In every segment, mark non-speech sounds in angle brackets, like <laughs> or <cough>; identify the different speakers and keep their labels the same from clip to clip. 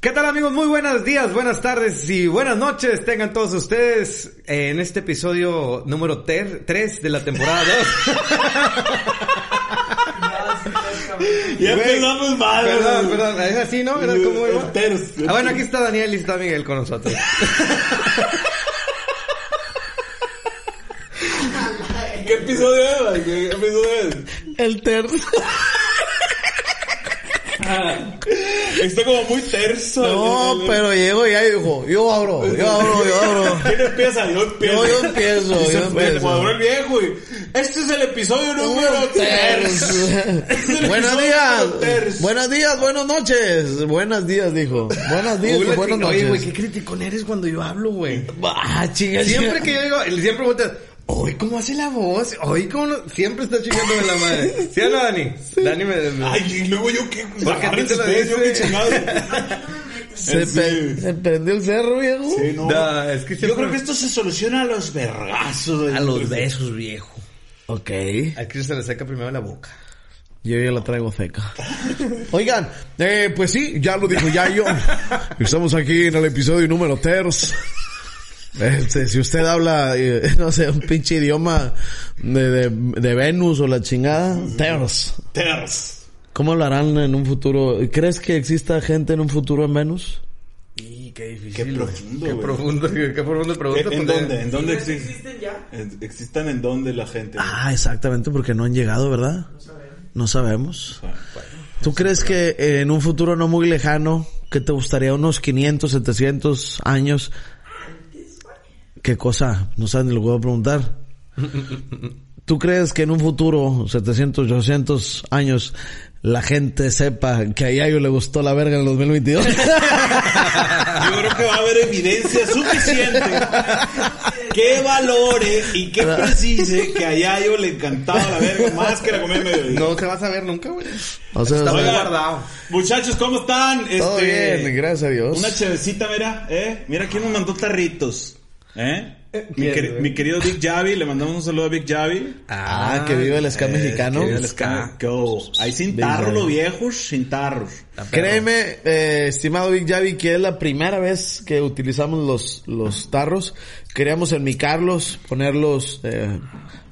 Speaker 1: ¿Qué tal amigos? Muy buenos días, buenas tardes y buenas noches tengan todos ustedes en este episodio número 3 de la temporada
Speaker 2: <laughs>
Speaker 1: 2.
Speaker 3: Ya
Speaker 1: Güey,
Speaker 3: empezamos mal.
Speaker 1: perdón,
Speaker 3: güey.
Speaker 1: perdón, es así, ¿no? ¿Verdad? ¿Cómo
Speaker 3: El
Speaker 1: iba?
Speaker 3: tercero.
Speaker 1: Ah, bueno, aquí está Daniel y está Miguel con nosotros.
Speaker 3: ¿Qué episodio es? güey? ¿Qué episodio es?
Speaker 1: El tercero.
Speaker 3: Ah, Está como muy terso.
Speaker 2: No,
Speaker 3: güey.
Speaker 2: pero llego y ahí dijo, yo abro, yo abro, yo abro.
Speaker 3: ¿Quién empieza? Yo empiezo.
Speaker 2: Yo, yo empiezo,
Speaker 3: Y se fue
Speaker 2: yo
Speaker 3: el
Speaker 2: empiezo.
Speaker 3: jugador viejo y... Este es el episodio número Este 3.
Speaker 2: Buenos
Speaker 3: Número tres.
Speaker 2: días. Buenos días, buenas noches. Buenos días, dijo. Buenos días y buenas
Speaker 1: Oye, güey, qué
Speaker 2: noches.
Speaker 1: criticón eres cuando yo hablo, güey.
Speaker 2: Ah, chinga,
Speaker 1: Siempre
Speaker 2: chinga.
Speaker 1: que yo digo, siempre preguntas, hoy cómo hace la voz, hoy cómo no-?" siempre está chingándome la madre. ¿Sí o no, Dani? Dani me... me-
Speaker 3: Ay, y luego yo qué...
Speaker 1: ¿Por qué te
Speaker 3: Agárrense
Speaker 1: lo
Speaker 3: ustedes, yo qué
Speaker 1: dice?
Speaker 3: chingado.
Speaker 2: Se,
Speaker 3: Sí.
Speaker 2: pe- se prendió el cerro, viejo.
Speaker 3: Sí, no.
Speaker 1: No, es que
Speaker 3: Yo
Speaker 1: siempre-
Speaker 3: creo que esto se soluciona a los vergazos. güey.
Speaker 1: A los besos, viejo.
Speaker 2: Ok.
Speaker 1: A Chris se le seca primero la boca.
Speaker 2: Yo ya la traigo seca. Oigan, eh, pues sí, ya lo dijo Yayo. Estamos aquí en el episodio número 3. Este, si usted habla, eh, <laughs> no sé, un pinche idioma de, de, de Venus o la chingada, Ters.
Speaker 3: Terz.
Speaker 2: ¿Cómo hablarán en un futuro? ¿Crees que exista gente en un futuro en Venus?
Speaker 1: Y qué difícil.
Speaker 3: Qué profundo,
Speaker 1: Qué
Speaker 3: güey.
Speaker 1: profundo, güey, qué profundo pregunta.
Speaker 3: ¿En, en
Speaker 1: porque-
Speaker 3: dónde? ¿En dónde existen? ya? ¿Existan en dónde la gente? güey?
Speaker 2: Ah, exactamente, porque no han llegado, ¿verdad? No sabemos. ¿Tú crees que eh, en un futuro no muy lejano, que te gustaría unos 500, 700 años? ¿Qué cosa? No sabes ni lo que voy a preguntar. ¿Tú crees que en un futuro, 700, 800 años, la gente sepa que a Yayo le gustó la verga en el 2022?
Speaker 3: Yo creo que va a haber evidencia <laughs> suficiente que valore y que
Speaker 1: Ah.
Speaker 3: precise que a Yayo le encantaba la verga más que la comida de mediodía.
Speaker 1: No se va a saber nunca, güey.
Speaker 2: <laughs> O sea,
Speaker 1: Está
Speaker 2: o
Speaker 1: muy
Speaker 2: sea,
Speaker 3: Oiga,
Speaker 1: guardado.
Speaker 3: Muchachos, ¿cómo están?
Speaker 2: todo
Speaker 3: Este,
Speaker 2: bien, gracias a Dios.
Speaker 3: Una chevecita, mira, eh. Mira quién nos mandó tarritos. ¿Eh? Mi,
Speaker 1: bien,
Speaker 3: queri-
Speaker 1: güey.
Speaker 3: mi querido Big Javi, le mandamos un saludo a Big Javi.
Speaker 2: Ah, que vive el ska
Speaker 3: Eh,
Speaker 2: mexicano.
Speaker 3: que viva el ska. ¿Qué hubo? Ahí sin tarro, viejos, sin tarros.
Speaker 1: Ah,
Speaker 2: Créeme, eh, estimado Big Javi, que es la primera vez que utilizamos los, los tarros. Queríamos en mi Carlos ponerlos eh,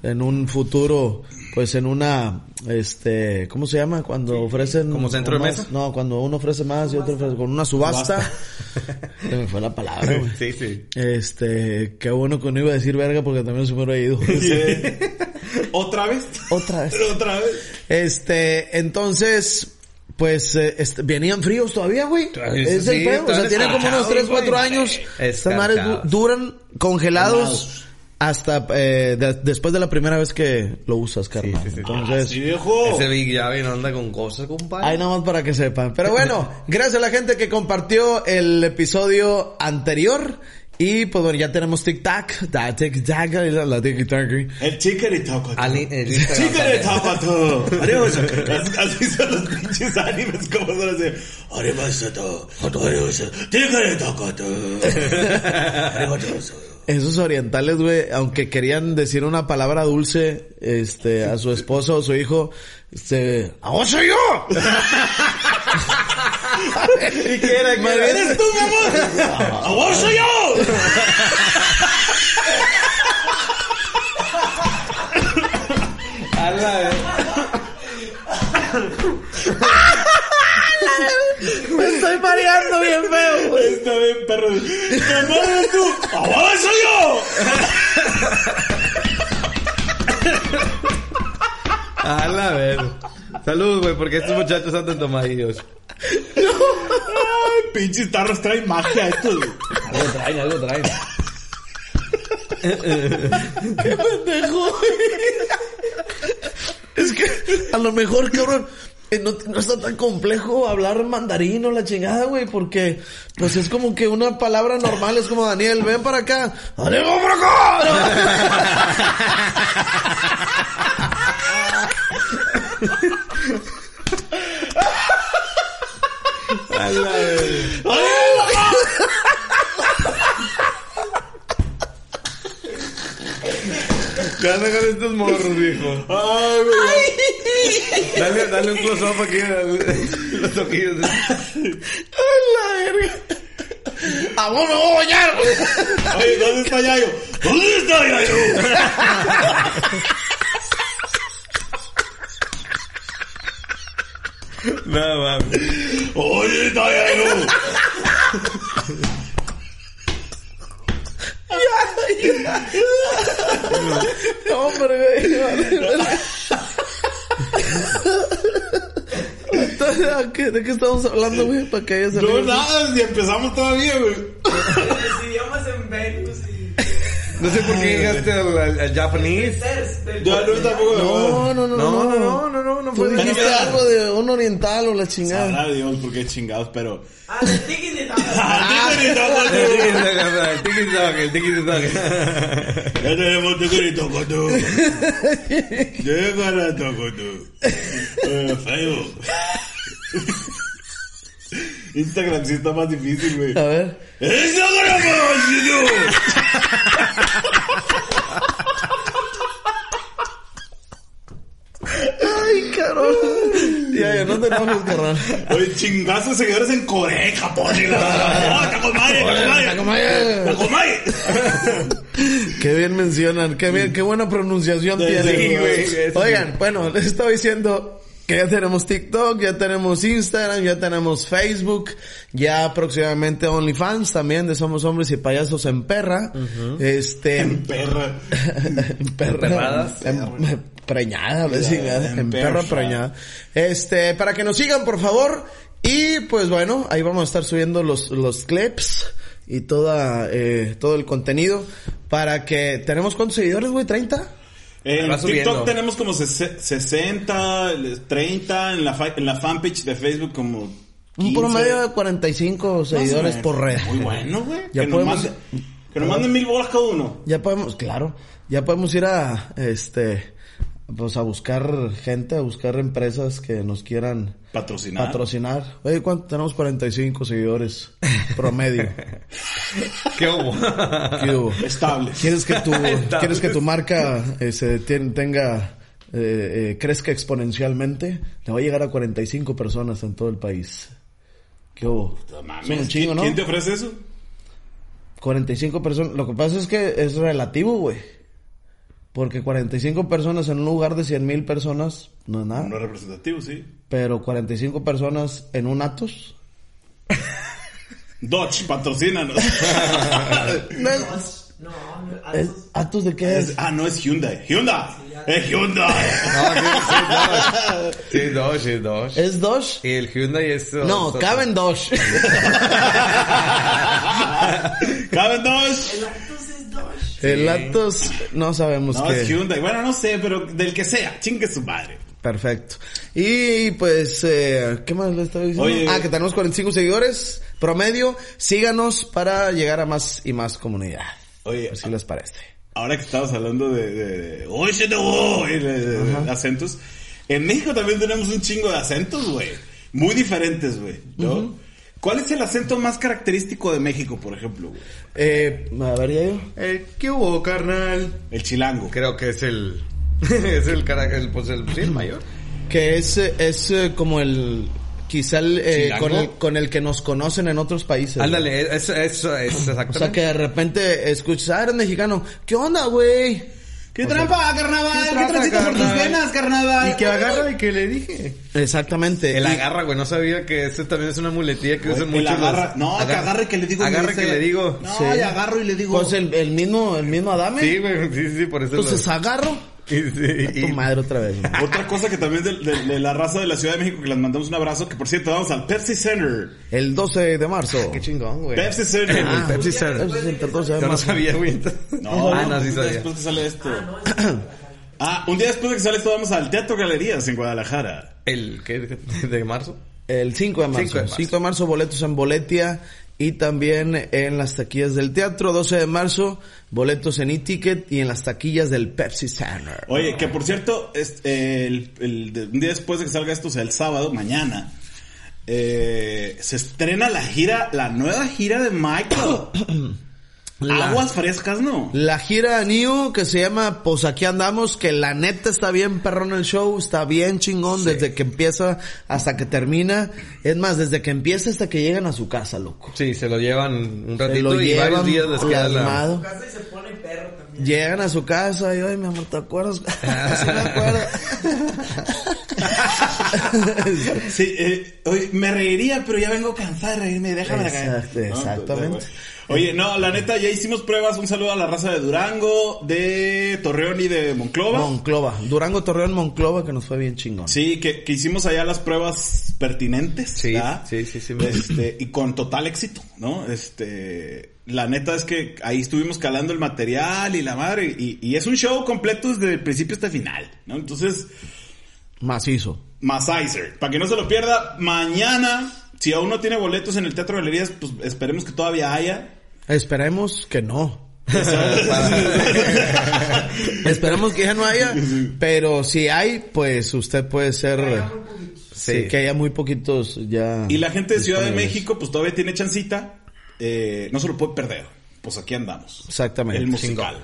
Speaker 2: en un futuro, pues en una, este, ¿cómo se llama? Cuando ofrecen...
Speaker 1: ¿como centro de
Speaker 2: unos-
Speaker 1: mesa?
Speaker 2: No, cuando uno ofrece más y otro ofrece con una subasta. <laughs> Se me fue la palabra, güey.
Speaker 1: Sí, sí.
Speaker 2: Este, qué bueno que no iba a decir verga porque también se me
Speaker 1: <laughs>
Speaker 2: hubiera ido.
Speaker 3: <laughs> ¿Otra vez?
Speaker 2: Otra vez.
Speaker 3: ¿Otra vez?
Speaker 2: Este, entonces, pues, eh, este, venían fríos todavía, güey.
Speaker 1: Todavía
Speaker 2: es
Speaker 1: sí,
Speaker 2: el feo. O
Speaker 1: estaban
Speaker 2: sea, tienen como unos
Speaker 1: escarchados,
Speaker 2: 3, 4
Speaker 1: güey.
Speaker 2: años.
Speaker 1: Sí,
Speaker 2: Estas madres du-
Speaker 1: escarchados.
Speaker 2: duran congelados
Speaker 3: Congelados.
Speaker 2: hasta eh, de- después de la primera vez que lo usas, carnal.
Speaker 1: sí, sí.
Speaker 2: Entonces,
Speaker 3: Sí, viejo.
Speaker 1: Ese Big Javi no anda con cosas, compadre.
Speaker 2: Ay, nada más para que sepan. Pero bueno, gracias a la gente que compartió el episodio anterior. Y pues bueno, ya tenemos tic-tac, da tic-tac, la la
Speaker 1: <laughs>
Speaker 2: tic-tac.
Speaker 3: El chicken y taco.
Speaker 1: Al- el
Speaker 3: Chicken y
Speaker 1: Instagram.
Speaker 3: <laughs> taco. Así así son los pinches animes como son así. Arimasato. Arimasato. Chicken y taco. <laughs> Arimasato.
Speaker 2: Esos orientales, güey, aunque querían decir una palabra dulce, este, a su esposo o su hijo, este, ¡Ahora soy yo!
Speaker 1: <laughs> ¿Y qué era? ¿Qué
Speaker 2: Más
Speaker 1: era?
Speaker 2: bien-
Speaker 3: ¡Eres tú, mi amor! ¡Ahora soy yo!
Speaker 1: A la vez.
Speaker 2: ¡Me estoy mareando bien feo!
Speaker 3: Está bien, perro. ¡Mi amor, eres tú! ¡Ahora soy yo!
Speaker 1: A la vez. Salud, güey, porque estos muchachos andan tomadillos.
Speaker 3: Ay, pinches tarros traen magia estos. güey.
Speaker 1: Algo traen, algo traen.
Speaker 2: Es que, a lo mejor, cabrón, eh, no, no está tan complejo hablar mandarín o la chingada, güey, porque pues es como que una palabra normal es como Daniel, ven para acá. ¡Daniel, ven para
Speaker 1: Te vas a dejar estos morros, viejo. Dale, <laughs> dale un close-up aquí a los ¿eh? ojillos.
Speaker 2: ¡Ay, la verga! ¡A vos me voy a bañar!
Speaker 3: Oye, ¿dónde está Yayo? ¿Dónde está Yayo?
Speaker 1: No, mames.
Speaker 3: Oye, está Yayo.
Speaker 2: No, hombre, güey. Entonces, ¿a qué- ¿De qué estamos hablando, güey? Para que haya salido.
Speaker 3: No, nada, si empezamos todavía, güey.
Speaker 4: Los idiomas en Venus y
Speaker 1: No sé por qué llegaste al, al, al japonés.
Speaker 4: terceros del
Speaker 3: Ya no tampoco.
Speaker 2: No, no, no,
Speaker 1: No, no,
Speaker 2: no,
Speaker 1: no, no, no, no
Speaker 2: Tú
Speaker 1: fue.
Speaker 2: dijiste
Speaker 3: Pero-
Speaker 2: algo de un oriental o la chingada.
Speaker 3: Sabrá Dios por qué chingados, pero... Ah,
Speaker 4: Ah, el tiki de Tamaulipas.
Speaker 2: Ah,
Speaker 1: El tiki taka, <laughs> el tiki taka, el tiki taka.
Speaker 3: Ya tenemos tu grito con tu.
Speaker 2: <laughs>
Speaker 3: Llega la toco tú. Eh, Facebook. Instagram sí está más difícil, güey.
Speaker 2: A ver.
Speaker 3: ¡Instagram, mamacito!
Speaker 2: Ay, cabrón. Ya, ya, no te enojes, carnal.
Speaker 3: Oye, chingazos seguidores en Corea, Japón
Speaker 2: <laughs>
Speaker 3: y la... ¡Oh, Tacomaye, Tacomaye!
Speaker 2: Tacomaye.
Speaker 3: ¡Tacomaye!
Speaker 2: Qué bien mencionan, qué bien, qué buena pronunciación
Speaker 3: Sí,
Speaker 2: tienen.
Speaker 3: sí,
Speaker 2: güey.
Speaker 1: güey, es-
Speaker 2: Oigan, bueno, les estaba diciendo que ya tenemos TikTok, ya tenemos Instagram, ya tenemos Facebook, ya próximamente OnlyFans también de Somos Hombres y Payasos en Perra. Este, en
Speaker 3: Perra.
Speaker 2: <laughs> perra.
Speaker 1: Perradas.
Speaker 2: en- preñada, la chingada,
Speaker 3: en
Speaker 2: en perra
Speaker 3: perra.
Speaker 2: preñada. Este, para que nos sigan, por favor. Y pues bueno, ahí vamos a estar subiendo los, los clips y toda, eh, todo el contenido para que, ¿tenemos cuántos seguidores, güey? ¿30?
Speaker 3: En
Speaker 1: Va
Speaker 3: TikTok
Speaker 1: subiendo.
Speaker 3: tenemos como sese- 60, 30, en la, fa- en la fanpage de Facebook como...
Speaker 2: Un
Speaker 3: 15.
Speaker 2: promedio de 45
Speaker 3: Más
Speaker 2: seguidores
Speaker 3: o menos.
Speaker 2: por red.
Speaker 3: Muy bueno, güey.
Speaker 2: Ya
Speaker 3: que nos
Speaker 2: podemos-
Speaker 3: manden, que nos manden mil bolas cada uno.
Speaker 2: Ya podemos, claro, ya podemos ir a, este, pues a buscar gente, a buscar empresas que nos quieran
Speaker 3: Patrocinar.
Speaker 2: patrocinar. Oye, ¿cuánto? Tenemos 45 seguidores promedio.
Speaker 1: ¿Qué hubo?
Speaker 2: ¿Qué hubo?
Speaker 3: Estable.
Speaker 2: ¿Quieres que tu, ¿quieres que tu marca eh, se tien- tenga, eh, eh, crezca exponencialmente? Le va a llegar a 45 personas en todo el país. ¿Qué hubo?
Speaker 3: No
Speaker 2: Son
Speaker 3: mames,
Speaker 2: un chingo,
Speaker 3: ¿quién-
Speaker 2: ¿no?
Speaker 3: ¿Quién te ofrece eso?
Speaker 2: 45 personas. Lo que pasa es que es relativo, güey. Porque 45 personas en un lugar de 100 mil personas no es
Speaker 3: No es
Speaker 2: nada.
Speaker 3: representativo, sí.
Speaker 2: Pero 45 personas en un Atos.
Speaker 3: Dodge,
Speaker 2: <laughs>
Speaker 3: patrocínanos.
Speaker 4: No, no, a
Speaker 2: ¿Es- ¿Atos de qué es?
Speaker 3: Es- ah, no, es Hyundai. ¡Hyundai! ¡Es Hyundai!
Speaker 1: Sí, dos, sí, dos.
Speaker 2: ¿Es Dosh?
Speaker 1: Y el Hyundai es...
Speaker 2: No,
Speaker 1: son-
Speaker 2: caben Dosh.
Speaker 3: <laughs> ¡Caben dos!
Speaker 4: El Atos es Dosh.
Speaker 2: El Atos no sabemos
Speaker 3: No,
Speaker 2: qué.
Speaker 3: es Hyundai. Bueno, no sé, pero del que sea. Chingue su madre.
Speaker 2: Perfecto. Y pues, eh, ¿qué más le estaba diciendo?
Speaker 3: Oye.
Speaker 2: ah, que tenemos 45 seguidores promedio. Síganos para llegar a más y más comunidad.
Speaker 3: Oye,
Speaker 2: A ver si les parece.
Speaker 3: Ahora que estabas hablando de... de ¡Oye, se te voy! de- de- de acentos. En México también tenemos un chingo de acentos, güey. Muy diferentes, güey. ¿no? ¿Cuál es el acento más característico de México, por ejemplo, güey?
Speaker 2: Eh, a ver, ya yo.
Speaker 1: Eh, ¿Qué hubo, carnal?
Speaker 3: El chilango.
Speaker 1: Creo que es el... <laughs> Es el carácter, pues el, sí, el mayor.
Speaker 2: Que es, eh, es eh, como el, quizá el, eh,
Speaker 1: ¿Chilango?
Speaker 2: con el, con el que nos conocen en otros países.
Speaker 1: Ándale, eso es, es
Speaker 2: O sea, que
Speaker 1: exactamente.
Speaker 2: de repente escuchas, ah, eres mexicano. ¿Qué onda, güey?
Speaker 3: ¿Qué trampa, carnaval?
Speaker 1: ¿qué transita por tus venas,
Speaker 3: carnaval?
Speaker 1: Y que agarra y que le dije.
Speaker 2: Exactamente.
Speaker 1: El
Speaker 2: Y-
Speaker 1: agarra, güey. No sabía que eso también es una muletilla que usan
Speaker 3: Güey, el
Speaker 1: muchos los-
Speaker 3: agarra- no, que agarre que le digo, me
Speaker 1: Agarra
Speaker 3: dice-
Speaker 1: que le digo.
Speaker 3: No,
Speaker 2: Sí.
Speaker 3: y agarro y le digo.
Speaker 2: Pues el, el mismo, el mismo Adame.
Speaker 1: Sí, güey. Sí, sí, por eso. lo-
Speaker 2: Entonces agarro.
Speaker 1: <laughs> y- sí,
Speaker 2: A
Speaker 1: y-
Speaker 2: tu madre otra vez. güey.
Speaker 3: <laughs> Otra cosa que también de, de- de la raza de la Ciudad de México que les mandamos un abrazo, que por cierto vamos al Pepsi Center.
Speaker 2: El 12 de marzo. Qué chingón, güey.
Speaker 3: Pepsi Center.
Speaker 1: El Pepsi Center.
Speaker 3: pues,
Speaker 2: Pepsi Center 12 de
Speaker 1: Yo no
Speaker 2: marzo.
Speaker 1: sabía, güey.
Speaker 3: No,
Speaker 1: ah, no,
Speaker 3: un
Speaker 1: sí
Speaker 3: día
Speaker 1: sabía.
Speaker 3: <clears throat> después que sale esto. Ah, un día después de que sale esto vamos al Teatro Galerías en Guadalajara.
Speaker 1: el que de marzo.
Speaker 2: El 5 de marzo. 5 de marzo, boletos en Boletia y también en las taquillas del teatro. 12 de marzo, boletos en e-ticket y en las taquillas del Pepsi Center.
Speaker 3: Oye, que por cierto, es- eh, el, el de- un día después de que salga esto, o sea, el sábado, mañana, eh, se estrena la gira, la nueva gira de Michael.
Speaker 2: <coughs> La-
Speaker 3: Aguas frescas,
Speaker 2: <laughs>
Speaker 3: ¿no?
Speaker 2: La gira New que se llama Pues aquí andamos, que la neta está bien perrón el show, está bien chingón desde que empieza hasta que termina. Es más, desde que empieza hasta que llegan a su casa, loco.
Speaker 1: Sí, se lo llevan un
Speaker 2: Se
Speaker 1: ratito
Speaker 2: lo
Speaker 1: y
Speaker 2: llevan
Speaker 1: varios días les queda la-
Speaker 2: plasmado.
Speaker 4: Casa y se pone perro también.
Speaker 2: Llegan a su casa y, ay, mi amor, ¿te acuerdas? <laughs> sí me acuerdo.
Speaker 3: Sí, eh, oye, me reiría, pero ya vengo cansada de reírme, déjame acá.
Speaker 2: Exacto, exactamente.
Speaker 3: pues, Oye, no, la neta, ya hicimos pruebas. Un saludo a la raza de Durango, de Torreón y de Monclova.
Speaker 2: Monclova. Durango, Torreón, Monclova, que nos fue bien chingón.
Speaker 3: Sí, que, que hicimos allá las pruebas pertinentes.
Speaker 1: Sí,
Speaker 3: ¿verdad?
Speaker 1: sí, sí, sí, me-
Speaker 3: <laughs> Este, y con total éxito, ¿no? Este, la neta es que ahí estuvimos calando el material y la madre. Y, y es un show completo desde el principio hasta el final, ¿no? Entonces,
Speaker 2: Macizo.
Speaker 3: Massizer. Para que no se lo pierda, mañana, si aún no tiene boletos en el Teatro Galerías, pues esperemos que todavía haya.
Speaker 2: Esperemos que no. Esperemos que ya no haya, pero si hay, pues usted puede ser... Sí, que haya muy poquitos ya...
Speaker 3: Y la gente de Ciudad de
Speaker 2: disponibles.
Speaker 3: México, pues todavía tiene chancita. Eh, no se lo puede perder. Pues aquí andamos.
Speaker 2: Exactamente.
Speaker 3: El musical.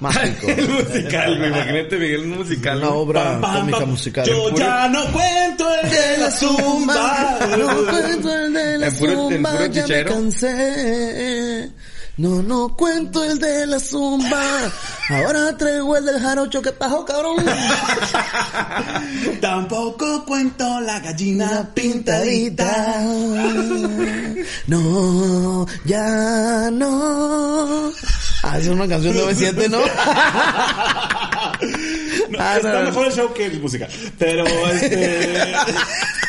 Speaker 2: Mágico.
Speaker 3: El musical, me imagino.
Speaker 1: Imagínate, Miguel, un musical.
Speaker 2: Una obra
Speaker 3: Pam, pam,
Speaker 2: cómica
Speaker 3: pam.
Speaker 2: musical.
Speaker 3: Yo ya no cuento el de la zumba.
Speaker 2: No cuento el de la
Speaker 1: En puro- en
Speaker 2: zumba,
Speaker 1: puro
Speaker 2: ya me
Speaker 1: chichero.
Speaker 2: cansé. No, no cuento el de la zumba. Ahora traigo el del jarocho que pajo, cabrón.
Speaker 3: Tampoco cuento la gallina
Speaker 2: Una pintadita. No, ya no. Ah, esa es una canción de 97, ¿no?
Speaker 3: No,
Speaker 2: Ah,
Speaker 3: está
Speaker 2: no, no.
Speaker 3: mejor el show que el musical. Pero este.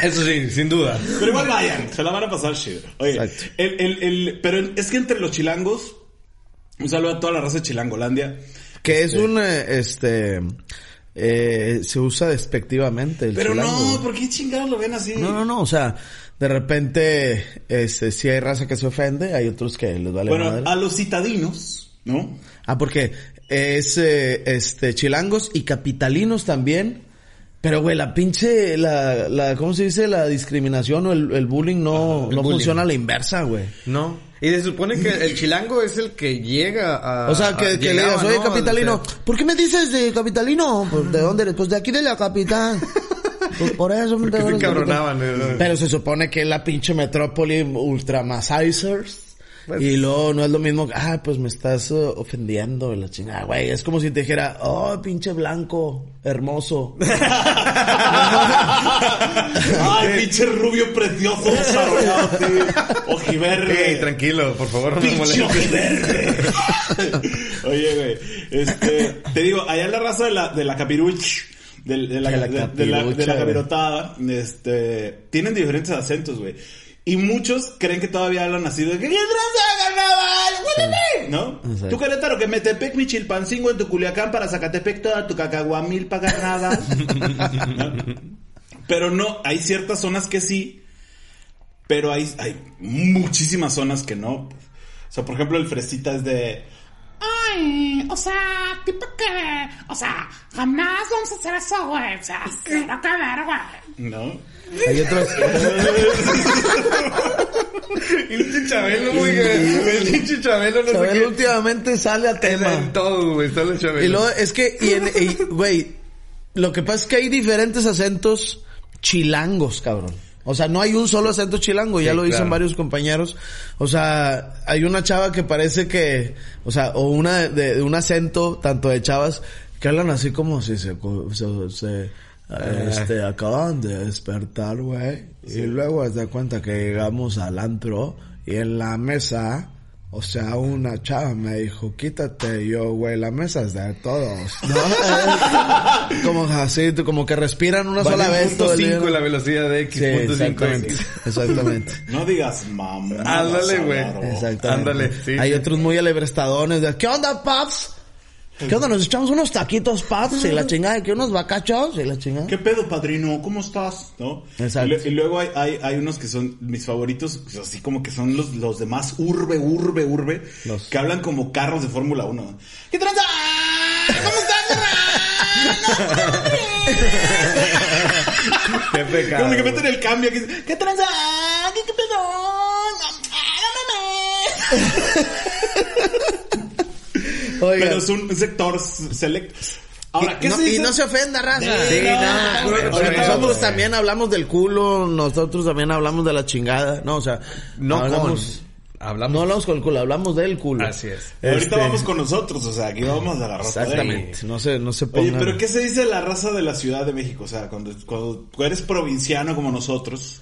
Speaker 1: Eso sí, sin duda.
Speaker 3: Pero igual vayan, se la van a pasar chido. Oye,
Speaker 2: Exacto.
Speaker 3: el, el, el, pero es que entre los chilangos, un saludo a toda la raza de Chilangolandia.
Speaker 2: Que es un, eh, este, eh, se usa despectivamente el
Speaker 3: Pero
Speaker 2: chilango.
Speaker 3: no, ¿por qué chingados lo ven así?
Speaker 2: No, no, no, o sea, de repente, este, sí hay raza que se ofende, hay otros que les vale
Speaker 3: Bueno,
Speaker 2: madre.
Speaker 1: ah,
Speaker 3: a los citadinos,
Speaker 2: <laughs>
Speaker 3: ¿no?
Speaker 2: Ah, porque es, eh, este, chilangos y capitalinos también. Pero, güey, la pinche, la, la, ¿cómo se dice? La discriminación o el, el bullying no,
Speaker 1: Ah, el
Speaker 2: no
Speaker 1: bullying.
Speaker 2: funciona a la inversa, güey.
Speaker 1: No. Y se supone que el chilango es el que llega a...
Speaker 2: O sea, que,
Speaker 1: a-
Speaker 2: que le
Speaker 1: llegaba,
Speaker 2: digas, oye,
Speaker 1: ¿no?
Speaker 2: capitalino,
Speaker 1: Al-
Speaker 2: ¿por qué me dices de capitalino? Pues, ¿De dónde? eres? Pues de aquí de la
Speaker 1: <laughs>
Speaker 2: capital. Pues por eso me
Speaker 1: Porque se encabronaban. eh,
Speaker 2: Pero se supone que es la pinche metrópoli ultramasizers. y luego no es lo mismo, que, ah, pues me estás eh, ofendiendo y la chingada, Ah, güey. Es como si te dijera, oh, pinche blanco, hermoso.
Speaker 3: Ay, pinche rubio precioso, desarrollado, tío. Ojiverde.
Speaker 1: Ey, tranquilo, por favor, no me
Speaker 3: Pinche
Speaker 1: molestes.
Speaker 3: ojiverde. <laughs> Oye, güey. Este, te digo, allá la raza de la, de la capiruch. De, de la,
Speaker 2: De
Speaker 3: de,
Speaker 2: la
Speaker 3: de la, de la
Speaker 2: capirucha, güey.
Speaker 3: capirotada, este, tienen diferentes acentos, güey. Y muchos creen que todavía hablan así de que bien raza carnaval, ¡Guárdate! ¿no?
Speaker 2: Exacto.
Speaker 3: Tú Querétaro, que Metepec, Michilpancingo, en tu Culiacán, para Zacatepec, toda tu cacahuamil pa' carnaval. ¿No? Pero no, hay ciertas zonas que sí, pero hay, hay muchísimas zonas que no. O sea, por ejemplo, el fresita es de...
Speaker 5: Ay, o sea, tipo que, o sea, jamás vamos a hacer eso, güey. O sea, cero que ver, güey.
Speaker 3: ¿No?
Speaker 2: Hay <laughs> otros,
Speaker 1: Y pinche Chabelo, güey. que- El pinche Chabelo no
Speaker 2: Chabelo
Speaker 1: sé
Speaker 2: últimamente sale a
Speaker 1: qué. Está en
Speaker 2: tema.
Speaker 1: todo, güey. Está el Chabelo.
Speaker 2: Y luego es que, y en- y, güey, lo que pasa es que hay diferentes acentos chilangos, cabrón. O sea, no hay un solo acento chilango, ya
Speaker 1: Sí,
Speaker 2: lo dicen
Speaker 1: claro.
Speaker 2: varios compañeros. O sea, hay una chava que parece que, o sea, o una de, de un acento, tanto de chavas, que hablan así como si se, co- se- se-
Speaker 1: Eh.
Speaker 2: este, acaban de despertar, güey. Y luego se da cuenta que llegamos al antro y en la mesa, o sea, una chava me dijo, quítate Y yo, güey, la mesa es de todos.
Speaker 1: <laughs>
Speaker 2: ¿no? como así, como que respiran una sola
Speaker 1: Vale
Speaker 2: vez todo el día.
Speaker 1: 1.5 la velocidad de X.
Speaker 2: Sí,
Speaker 1: punto cinco
Speaker 2: exactamente.
Speaker 1: X.
Speaker 2: exactamente.
Speaker 3: No digas mamá.
Speaker 1: Ándale, güey.
Speaker 3: oh.
Speaker 2: Exactamente.
Speaker 1: Ándale, sí,
Speaker 2: Hay
Speaker 1: sí.
Speaker 2: otros muy alebrestadones de, ¿qué onda, paps? ¿Qué onda? Nos echamos unos taquitos paps y la chingada, que unos bacachos y la chingada.
Speaker 3: ¿Qué pedo, padrino? ¿Cómo estás? ¿No?
Speaker 2: Exacto.
Speaker 3: Y, lu- y luego hay, hay, hay unos que son mis favoritos, pues, así como que son los, los de más urbe, urbe, urbe,
Speaker 2: Los-
Speaker 3: que hablan como carros de Fórmula 1. ¿Qué tranza? ¿Cómo estás,
Speaker 1: Qué
Speaker 3: perra? Como que
Speaker 1: pecado.
Speaker 3: meten el cambio. Que, dicen, ¿Qué tranza? ¿Qué, qué pedo? Ah, no mames.
Speaker 2: Oigan.
Speaker 3: Pero es un sector select. Ahora, ¿qué
Speaker 2: y, no,
Speaker 3: se
Speaker 2: y
Speaker 3: dice?
Speaker 2: no se ofenda, raza.
Speaker 3: Sí, no,
Speaker 2: no,
Speaker 3: güey,
Speaker 2: o sea,
Speaker 3: güey,
Speaker 2: nosotros
Speaker 3: güey.
Speaker 2: también hablamos del culo, nosotros también hablamos de la chingada. No, o sea,
Speaker 1: No,
Speaker 2: hablamos,
Speaker 1: con- hablamos.
Speaker 2: no hablamos con el culo, hablamos del culo.
Speaker 1: Así es.
Speaker 3: Ahorita
Speaker 2: Este,
Speaker 3: vamos con nosotros, o sea, aquí vamos a la raza.
Speaker 2: Exactamente. No se, no se
Speaker 3: Oye,
Speaker 2: pongan.
Speaker 3: pero ¿qué se dice de la raza de la Ciudad de México? O sea, cuando, cuando eres provinciano como nosotros.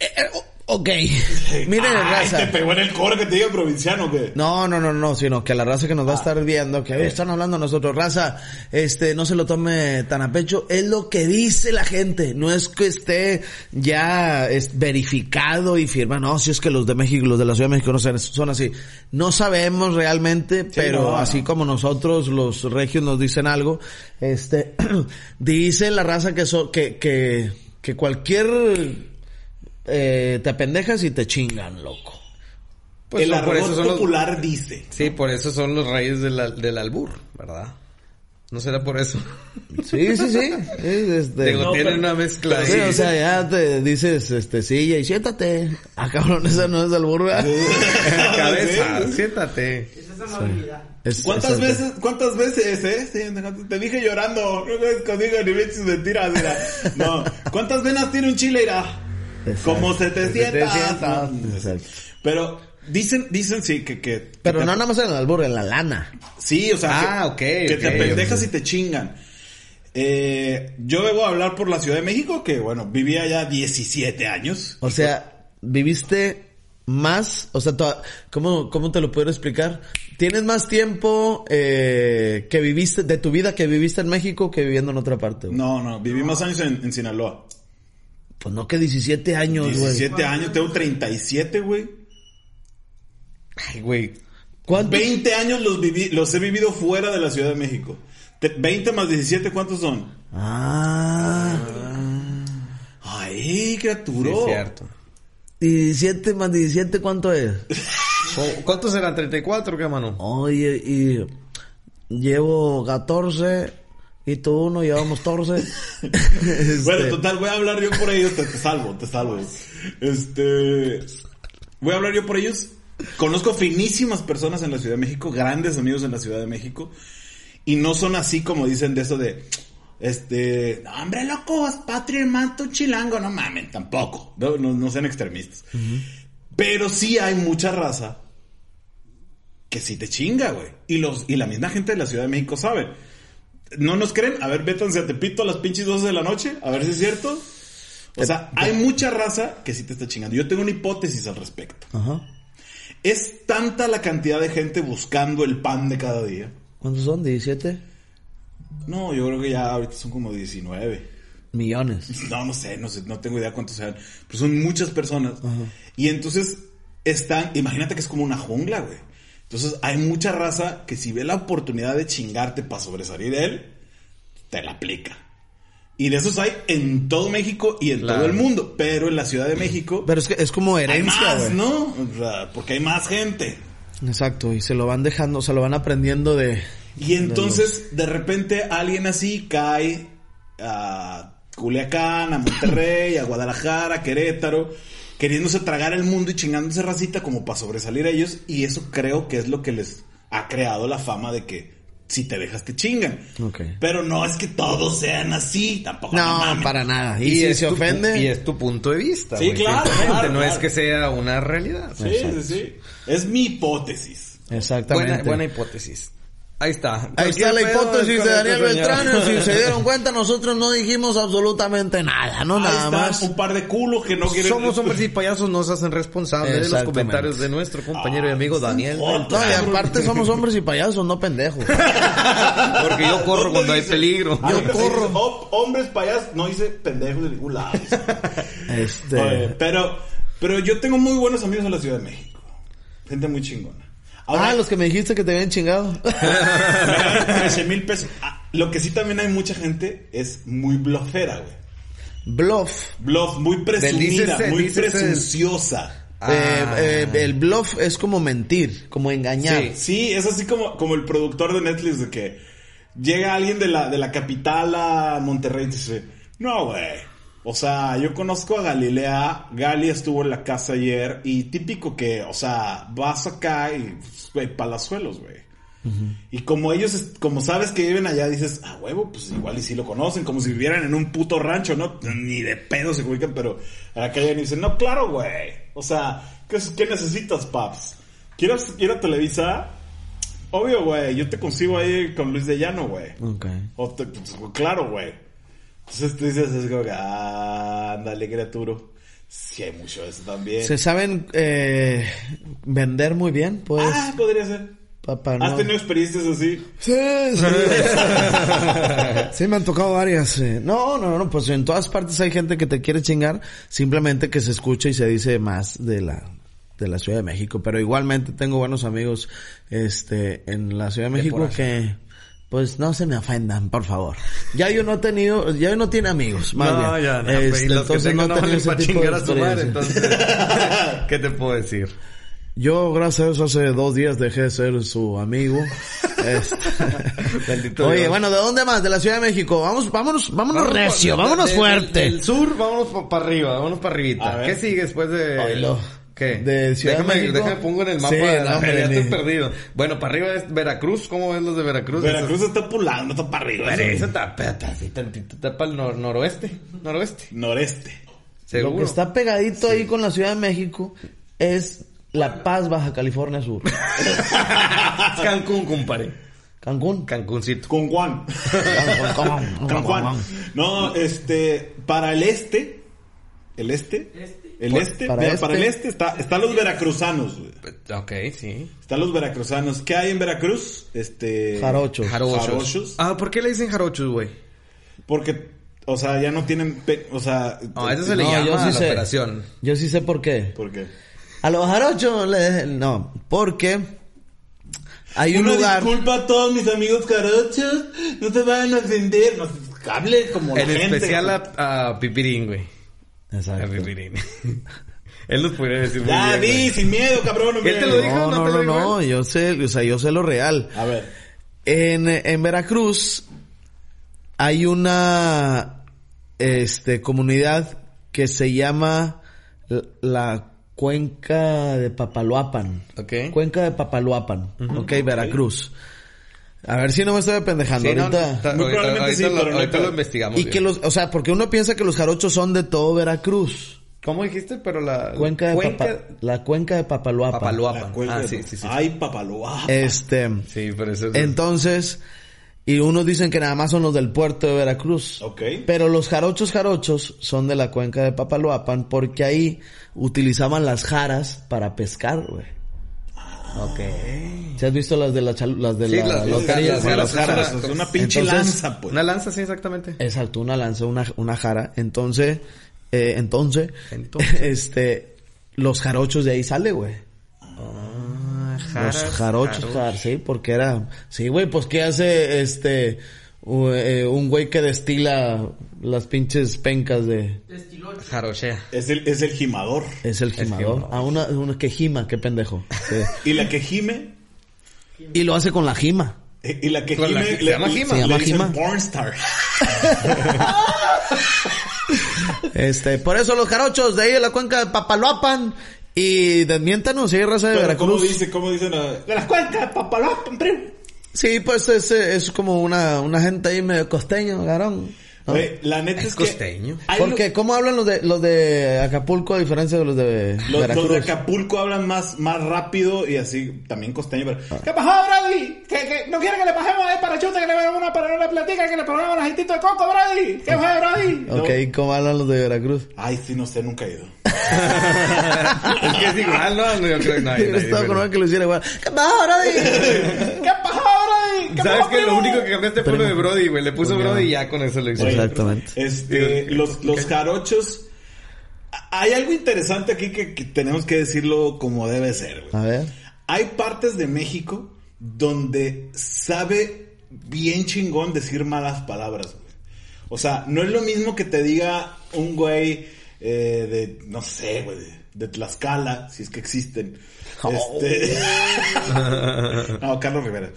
Speaker 2: Eh, eh, o- ok. <laughs> Miren,
Speaker 3: Ay,
Speaker 2: raza.
Speaker 3: te pegó en el coro que te diga provinciano, que
Speaker 2: No, no, no, no, sino que la raza que
Speaker 3: Ah.
Speaker 2: nos va a estar viendo, que "Eh, están hablando nosotros, raza, este, no se lo tome tan a pecho, es lo que dice la gente, no es que esté ya es verificado y firma, no, si es que los de México, los de la Ciudad de México no son, son así, no sabemos realmente, pero
Speaker 3: no, no.
Speaker 2: así como nosotros los regios nos dicen algo, este, <clears throat> dice la raza que, so- que, que, que cualquier, eh, te apendejas y te chingan, loco.
Speaker 1: Pues
Speaker 3: el
Speaker 1: no, por
Speaker 3: argot
Speaker 1: eso son los-
Speaker 3: popular dice.
Speaker 1: Sí, por eso son los reyes del, al- del albur, ¿verdad? No será por eso.
Speaker 2: Sí, sí, sí. Es, este,
Speaker 1: Digo, tienen una mezcla
Speaker 2: Sí,
Speaker 1: ahí.
Speaker 2: o sea, ya te dices, este, silla y siéntate. Ah, cabrón, esa no es alburga. <laughs>
Speaker 3: <laughs>
Speaker 1: Cabeza,
Speaker 3: Sí.
Speaker 1: siéntate.
Speaker 4: Esa es amabilidad.
Speaker 2: Es- este,
Speaker 3: ¿Cuántas
Speaker 2: es-
Speaker 3: veces, cuántas veces, eh? Sí, te dije llorando, no ves conmigo ni me eches mentiras, mira. No, ¿cuántas venas tiene un chile, irá?
Speaker 2: Exacto.
Speaker 3: Como 700.
Speaker 2: 700,
Speaker 3: ¿no?
Speaker 2: este, exacto.
Speaker 3: Pero dicen, dicen sí, que, que, que
Speaker 2: Pero
Speaker 3: te-
Speaker 2: no nada más en el alburga, en la lana.
Speaker 3: Sí, o sea,
Speaker 1: Ah,
Speaker 3: que,
Speaker 1: ok,
Speaker 3: que
Speaker 1: ok,
Speaker 3: te pendejas
Speaker 1: ok.
Speaker 3: y te chingan. Eh, yo debo hablar por la Ciudad de México, que bueno, vivía ya 17 años.
Speaker 2: O sea, viviste más, o sea, toda- ¿cómo, ¿cómo te lo puedo explicar? Tienes más tiempo eh, que viviste, de tu vida que viviste en México que viviendo en otra parte. güey.
Speaker 3: No, no, viví más años en, en Sinaloa.
Speaker 2: Pues no que 17 años, güey.
Speaker 3: 17 años, tengo 37, güey.
Speaker 1: Ay, güey.
Speaker 2: ¿Cuántos?
Speaker 3: 20 años los, viví, los he vivido fuera de la Ciudad de México. Te- 20 más 17, ¿cuántos son?
Speaker 2: Ah.
Speaker 3: Ay,
Speaker 1: Sí,
Speaker 3: criatura.
Speaker 1: es cierto.
Speaker 2: 17 más 17, ¿cuánto es?
Speaker 1: ¿Cu- ¿Cuántos eran? ¿34 qué, mano?
Speaker 2: Oye, y llevo 14 y tú uno, llevamos 14. Este,
Speaker 3: Bueno, total, voy a hablar yo por ellos, te, te salvo, te salvo. Este. Voy a hablar yo por ellos. Conozco finísimas personas en la Ciudad de México, grandes amigos en la Ciudad de México, y no son así como dicen de eso de. Este, "No, hombre loco, es patria, hermano, tú chilango, no mamen, tampoco, no, no- no sean extremistas. Pero sí hay mucha raza que sí te chinga, güey. Y los, y la misma gente de la Ciudad de México sabe. ¿No nos creen? A ver, vétanse a Tepito a las pinches 12 de la noche, a ver si es cierto. O sea, hay mucha raza que sí te está chingando. Yo tengo una hipótesis al respecto.
Speaker 2: Ajá.
Speaker 3: Es tanta la cantidad de gente buscando el pan de cada día.
Speaker 2: ¿Cuántos son? ¿17?
Speaker 3: No, yo creo que ya ahorita son como 19.
Speaker 2: Millones.
Speaker 3: No, no sé, no sé, no tengo idea cuántos sean. Pero son muchas personas. Y entonces están, imagínate que es como una jungla, güey. Entonces hay mucha raza que si ve la oportunidad de chingarte para sobresalir él, te la aplica. Y de esos hay en todo México y en todo
Speaker 1: Claro.
Speaker 3: el mundo. Pero en la Ciudad de México
Speaker 2: Pero es que es como
Speaker 3: hay
Speaker 2: herencia,
Speaker 3: más,
Speaker 2: güey.
Speaker 3: ¿no? O sea, porque hay más gente.
Speaker 2: Exacto, y se lo van dejando, se lo van aprendiendo de...
Speaker 3: Y entonces, de repente, alguien así cae a Culiacán, a Monterrey, a Guadalajara, a Querétaro, queriéndose tragar el mundo y chingándose racita como para sobresalir a ellos. Y eso creo que es lo que les ha creado la fama de que si te dejas te chingan.
Speaker 2: Ok.
Speaker 3: Pero no es que todos sean así, tampoco.
Speaker 2: No,
Speaker 3: mames.
Speaker 2: para nada. Y,
Speaker 1: Y
Speaker 2: si
Speaker 1: es
Speaker 2: se
Speaker 1: tu pu-
Speaker 2: ofende...
Speaker 1: Y es tu punto de vista.
Speaker 3: Sí,
Speaker 1: güey,
Speaker 3: claro,
Speaker 1: simplemente,
Speaker 3: claro,
Speaker 1: No
Speaker 3: claro.
Speaker 1: es que sea una realidad.
Speaker 3: Sí, sí, sí. Es mi hipótesis.
Speaker 2: Exactamente.
Speaker 1: Buena, buena hipótesis. Ahí está.
Speaker 2: Ahí está la
Speaker 1: Cualquier pedo
Speaker 2: hipótesis
Speaker 1: es
Speaker 2: de Daniel
Speaker 1: correcto, señor.
Speaker 2: Beltrán. Si se
Speaker 1: <laughs>
Speaker 2: dieron <laughs> cuenta, nosotros no dijimos absolutamente nada, no
Speaker 3: Ahí
Speaker 2: nada
Speaker 3: está
Speaker 2: más.
Speaker 3: un par de culos que no quieren...
Speaker 1: Somos hombres y payasos, nos hacen responsables de los
Speaker 2: Exactamente.
Speaker 1: comentarios de nuestro
Speaker 3: Ah,
Speaker 1: compañero y amigo Daniel.
Speaker 3: jotos.
Speaker 2: No, y aparte somos hombres y payasos, no
Speaker 3: <laughs>
Speaker 2: pendejos.
Speaker 1: Porque yo corro
Speaker 3: ¿Dónde
Speaker 1: cuando hay
Speaker 3: dice?
Speaker 1: peligro.
Speaker 3: Ah,
Speaker 2: Yo
Speaker 3: dice,
Speaker 2: corro.
Speaker 3: "Hop- hombres payasos, no hice pendejos de ningún lado.
Speaker 2: <laughs> Este...
Speaker 3: Oye, pero, pero yo tengo muy buenos amigos en la Ciudad de México. Gente muy chingona. Ahora, <laughs>
Speaker 2: ah, los que me dijiste que te habían chingado.
Speaker 3: me ganan 13 mil pesos. Ah, Lo que sí también hay mucha gente es muy blofera, güey.
Speaker 2: Bluff.
Speaker 3: Bluff, muy presumida,
Speaker 1: dícese-
Speaker 3: muy
Speaker 1: dícese-
Speaker 3: presunciosa.
Speaker 1: Ah.
Speaker 2: Eh, eh, el bluff es como mentir, como engañar.
Speaker 3: Sí, es así como, como el productor de Netflix de que llega alguien de la, de la capital a Monterrey y dice, no, güey. O sea, yo conozco a Galilea, Gali estuvo en la casa ayer y típico que, o sea, vas acá y, güey, palazuelos, güey. Y como ellos, es- como sabes que viven allá, dices, ah, huevo, pues igual y sí lo conocen, como si vivieran en un puto rancho, ¿no? Ni de pedo se ubican, pero acá llegan y dicen, no, claro, güey. O sea, ¿qué, es- qué necesitas, paps? ¿Quieres ir a Televisa? Obvio, güey, yo te consigo ahí con Luis de Llano, güey.
Speaker 2: Ok.
Speaker 3: O te- pues, claro, güey. Entonces tú dices, es como que, ah, ándale, criaturo. Sí, hay mucho de eso también.
Speaker 2: Se saben eh, vender muy bien, pues.
Speaker 3: ah, podría ser.
Speaker 2: pa- pa
Speaker 3: ¿Has
Speaker 2: no-
Speaker 3: tenido experiencias así?
Speaker 2: Sí,
Speaker 1: <laughs>
Speaker 2: sí. Sí, me han tocado varias. eh. No, no, no, pues en todas partes hay gente que te quiere chingar, simplemente que se escucha y se dice más de la de la Ciudad de México, pero igualmente tengo buenos amigos este en la Ciudad de México que pues no se me ofendan, por favor. Ya yo no he tenido, ya yo no tiene amigos, más
Speaker 1: No,
Speaker 2: bien.
Speaker 1: ya, no, pues,
Speaker 2: Este,
Speaker 1: y los que
Speaker 2: entonces
Speaker 1: tengan
Speaker 2: no
Speaker 1: no
Speaker 2: he
Speaker 1: valen
Speaker 2: tenido ese
Speaker 1: para
Speaker 2: tipo de
Speaker 1: chingar a su madre,
Speaker 2: experiencia.
Speaker 1: entonces, <laughs> ¿qué te puedo decir?
Speaker 2: Yo, gracias a Dios, hace dos días dejé de ser
Speaker 1: <laughs>
Speaker 2: su amigo. Este,
Speaker 1: Bendito
Speaker 2: Oye,
Speaker 1: Dios.
Speaker 2: bueno, ¿de dónde más? De la Ciudad de México. Vamos, vámonos, vámonos recio,
Speaker 1: de-
Speaker 2: vámonos
Speaker 1: de-
Speaker 2: fuerte.
Speaker 1: Del sur, vámonos para arriba, vámonos para
Speaker 3: A
Speaker 1: arribita.
Speaker 3: ver.
Speaker 1: ¿Qué sigue después de...?
Speaker 2: Oilo.
Speaker 1: ¿Qué?
Speaker 2: De Ciudad de
Speaker 1: déjame,
Speaker 2: México.
Speaker 1: déjame pongo en el mapa.
Speaker 2: Sí,
Speaker 1: de
Speaker 2: no,
Speaker 1: la,
Speaker 2: hombre,
Speaker 1: ya
Speaker 2: ni-
Speaker 1: estoy perdido. Bueno, para arriba es Veracruz. ¿Cómo ves los de Veracruz?
Speaker 3: Veracruz está pulando, está para arriba.
Speaker 1: Eso,
Speaker 3: eso
Speaker 1: eso
Speaker 3: es
Speaker 1: está, está- está así tantito, está para el nor- noroeste. Noroeste.
Speaker 3: Noreste.
Speaker 1: Seguro.
Speaker 2: Lo que está pegadito ahí con la Ciudad de México es La Paz, Baja California Sur.
Speaker 1: Es Ah, Cancún, compadre.
Speaker 2: Cancún.
Speaker 1: Cancuncito.
Speaker 3: Con Juan. Con Juan. No, este, para el este. ¿El este? El
Speaker 2: Por-
Speaker 3: este.
Speaker 2: para
Speaker 3: mira,
Speaker 2: este.
Speaker 3: para el este está, están los veracruzanos, güey.
Speaker 1: Ok, sí.
Speaker 3: Están los veracruzanos. ¿Qué hay en Veracruz? Este.
Speaker 2: Jarochos.
Speaker 3: Jarochos.
Speaker 1: Ah, ¿por qué le dicen jarochos, güey?
Speaker 3: Porque, o sea, ya no tienen. pe- O sea.
Speaker 1: No, eso se le
Speaker 2: No,
Speaker 1: llama
Speaker 2: yo sí
Speaker 1: a la
Speaker 2: sé.
Speaker 1: operación.
Speaker 2: Yo sí sé por qué.
Speaker 3: Porque.
Speaker 2: A los jarochos le- no, porque hay un
Speaker 3: Una
Speaker 2: lugar.
Speaker 3: disculpa a todos mis amigos jarochos. No se vayan a ofender. No, hable como la
Speaker 1: En
Speaker 3: gente.
Speaker 1: especial a, a Pipirín, güey. A
Speaker 2: Exacto.
Speaker 1: Pipirín. <laughs> Él nos podría decir muy
Speaker 3: Ya
Speaker 1: bien,
Speaker 3: vi,
Speaker 1: güey.
Speaker 3: sin miedo, cabrón. hombre.
Speaker 1: Él te lo dijo,
Speaker 2: No,
Speaker 1: no
Speaker 2: no,
Speaker 1: te
Speaker 2: no,
Speaker 1: lo digo
Speaker 2: no, yo sé, o sea, yo sé lo real.
Speaker 3: A ver.
Speaker 2: En, en Veracruz hay una este, comunidad que se llama la, la Cuenca de Papaloapan.
Speaker 1: Ok.
Speaker 2: Cuenca de Papaloapan. ok, Veracruz. A ver si no me estoy pendejando
Speaker 1: Sí, no,
Speaker 2: ahorita.
Speaker 1: está-
Speaker 3: Muy
Speaker 1: ahorita-
Speaker 3: probablemente
Speaker 1: ahorita
Speaker 3: sí,
Speaker 1: lo,
Speaker 3: pero no
Speaker 1: ahorita
Speaker 3: creo.
Speaker 1: lo investigamos.
Speaker 2: y que los, o sea, porque uno piensa que los jarochos son de todo Veracruz.
Speaker 1: ¿Cómo dijiste? Pero la...
Speaker 2: Cuenca de Papa- la Cuenca de Papaloapan.
Speaker 3: La
Speaker 1: Papaloapan.
Speaker 3: cuelga
Speaker 1: Ah,
Speaker 3: de-
Speaker 1: sí, sí, Eh, sí.
Speaker 3: Ay, papaloa.
Speaker 2: Este,
Speaker 1: Sí, pero eso es...
Speaker 2: entonces, y unos dicen que nada más son los del puerto de Veracruz.
Speaker 3: Ok.
Speaker 2: Pero los jarochos jarochos son de la cuenca de Papaloapan porque ahí utilizaban las jaras para pescar, güey.
Speaker 1: ok.
Speaker 2: ¿Se has visto las de la chalu- las de
Speaker 1: Sí,
Speaker 2: la
Speaker 1: las-
Speaker 2: lotería?
Speaker 1: las-
Speaker 2: Sí,
Speaker 1: las-
Speaker 2: las
Speaker 1: las-
Speaker 2: jaras.
Speaker 3: Es una pinche
Speaker 2: Entonces-
Speaker 3: lanza, pues.
Speaker 1: Una lanza, sí, exactamente.
Speaker 2: Exacto, una lanza, una, una jara. Entonces, eh, entonces,
Speaker 1: Entonces.
Speaker 2: <laughs> este, los jarochos de ahí sale, güey.
Speaker 1: Ah, Jaras,
Speaker 2: los jarochos,
Speaker 1: jaros.
Speaker 2: jar- sí, porque era, sí, güey, pues qué hace este u- eh, un güey que destila las pinches pencas de
Speaker 4: Destilocho.
Speaker 1: Jarochea.
Speaker 3: Es el, es el gimador.
Speaker 2: es el gimador,
Speaker 1: gimador.
Speaker 2: a una, una que gima, qué pendejo. Sí.
Speaker 3: Y la que gime.
Speaker 2: <laughs>
Speaker 3: eh,
Speaker 2: y lo hace con la gima.
Speaker 3: Y la que
Speaker 1: Con
Speaker 3: gime.
Speaker 1: la que- se
Speaker 3: le-
Speaker 1: llama
Speaker 3: le-
Speaker 1: gima. Ah,
Speaker 2: Se
Speaker 3: Le,
Speaker 2: llama
Speaker 3: dicen
Speaker 2: gima.
Speaker 3: pornstar.
Speaker 2: Este, por eso los jarochos de ahí de la cuenca de Papaloapan y desmiéntanos, si hay raza de
Speaker 3: Pero ¿cómo
Speaker 2: Veracruz.
Speaker 3: dice? ¿Cómo dicen? a- De las cuencas, papaloa, primo.
Speaker 2: Sí, pues es, eh, es como una, una gente ahí medio costeño, garón. ¿no?
Speaker 3: Güey, la neta es,
Speaker 1: Es costeño.
Speaker 3: que... hay
Speaker 2: Porque ¿cómo hablan los de los de Acapulco a diferencia de los de
Speaker 3: lo- Los, los
Speaker 2: Veracruz?
Speaker 3: de Acapulco hablan más, más rápido y así, también costeño. Pero, ¿Qué pasó, Brody? ¿Que, que no quiere que le pasemos el parachute, que le veamos una para una platica, que le pongamos las aceitito de coco, Brody? ¿Qué fue, Brody?
Speaker 2: ok,
Speaker 3: No.
Speaker 2: ¿cómo hablan los de <laughs> Veracruz?
Speaker 3: Ay, sí, no sé, nunca he ido.
Speaker 1: <laughs> es que es igual, ¿no? No, Yo creo que no hay
Speaker 2: Yo
Speaker 1: nadie,
Speaker 2: <laughs> estaba con
Speaker 1: pero-
Speaker 2: alguien que lo hiciera igual. ¿Qué pasa, brody?
Speaker 3: ¿Qué pasó, Brody? ¿Qué
Speaker 1: ¿Sabes
Speaker 3: pasó,
Speaker 1: qué? Lo
Speaker 3: primo?
Speaker 1: único que cambiaste fue lo de Brody, güey. Le puso Brody y ya con eso lo hizo.
Speaker 2: Exacto. Exactamente.
Speaker 3: Este, los, los jarochos. Hay algo interesante aquí que, que tenemos que decirlo como debe ser. güey.
Speaker 2: <laughs> A ver.
Speaker 3: Hay partes de México donde sabe bien chingón decir malas palabras, güey. O sea, no es lo mismo que te diga un güey eh, de, no sé, güey, de Tlaxcala, si es que existen. Este... <laughs> no, Carlos Rivera.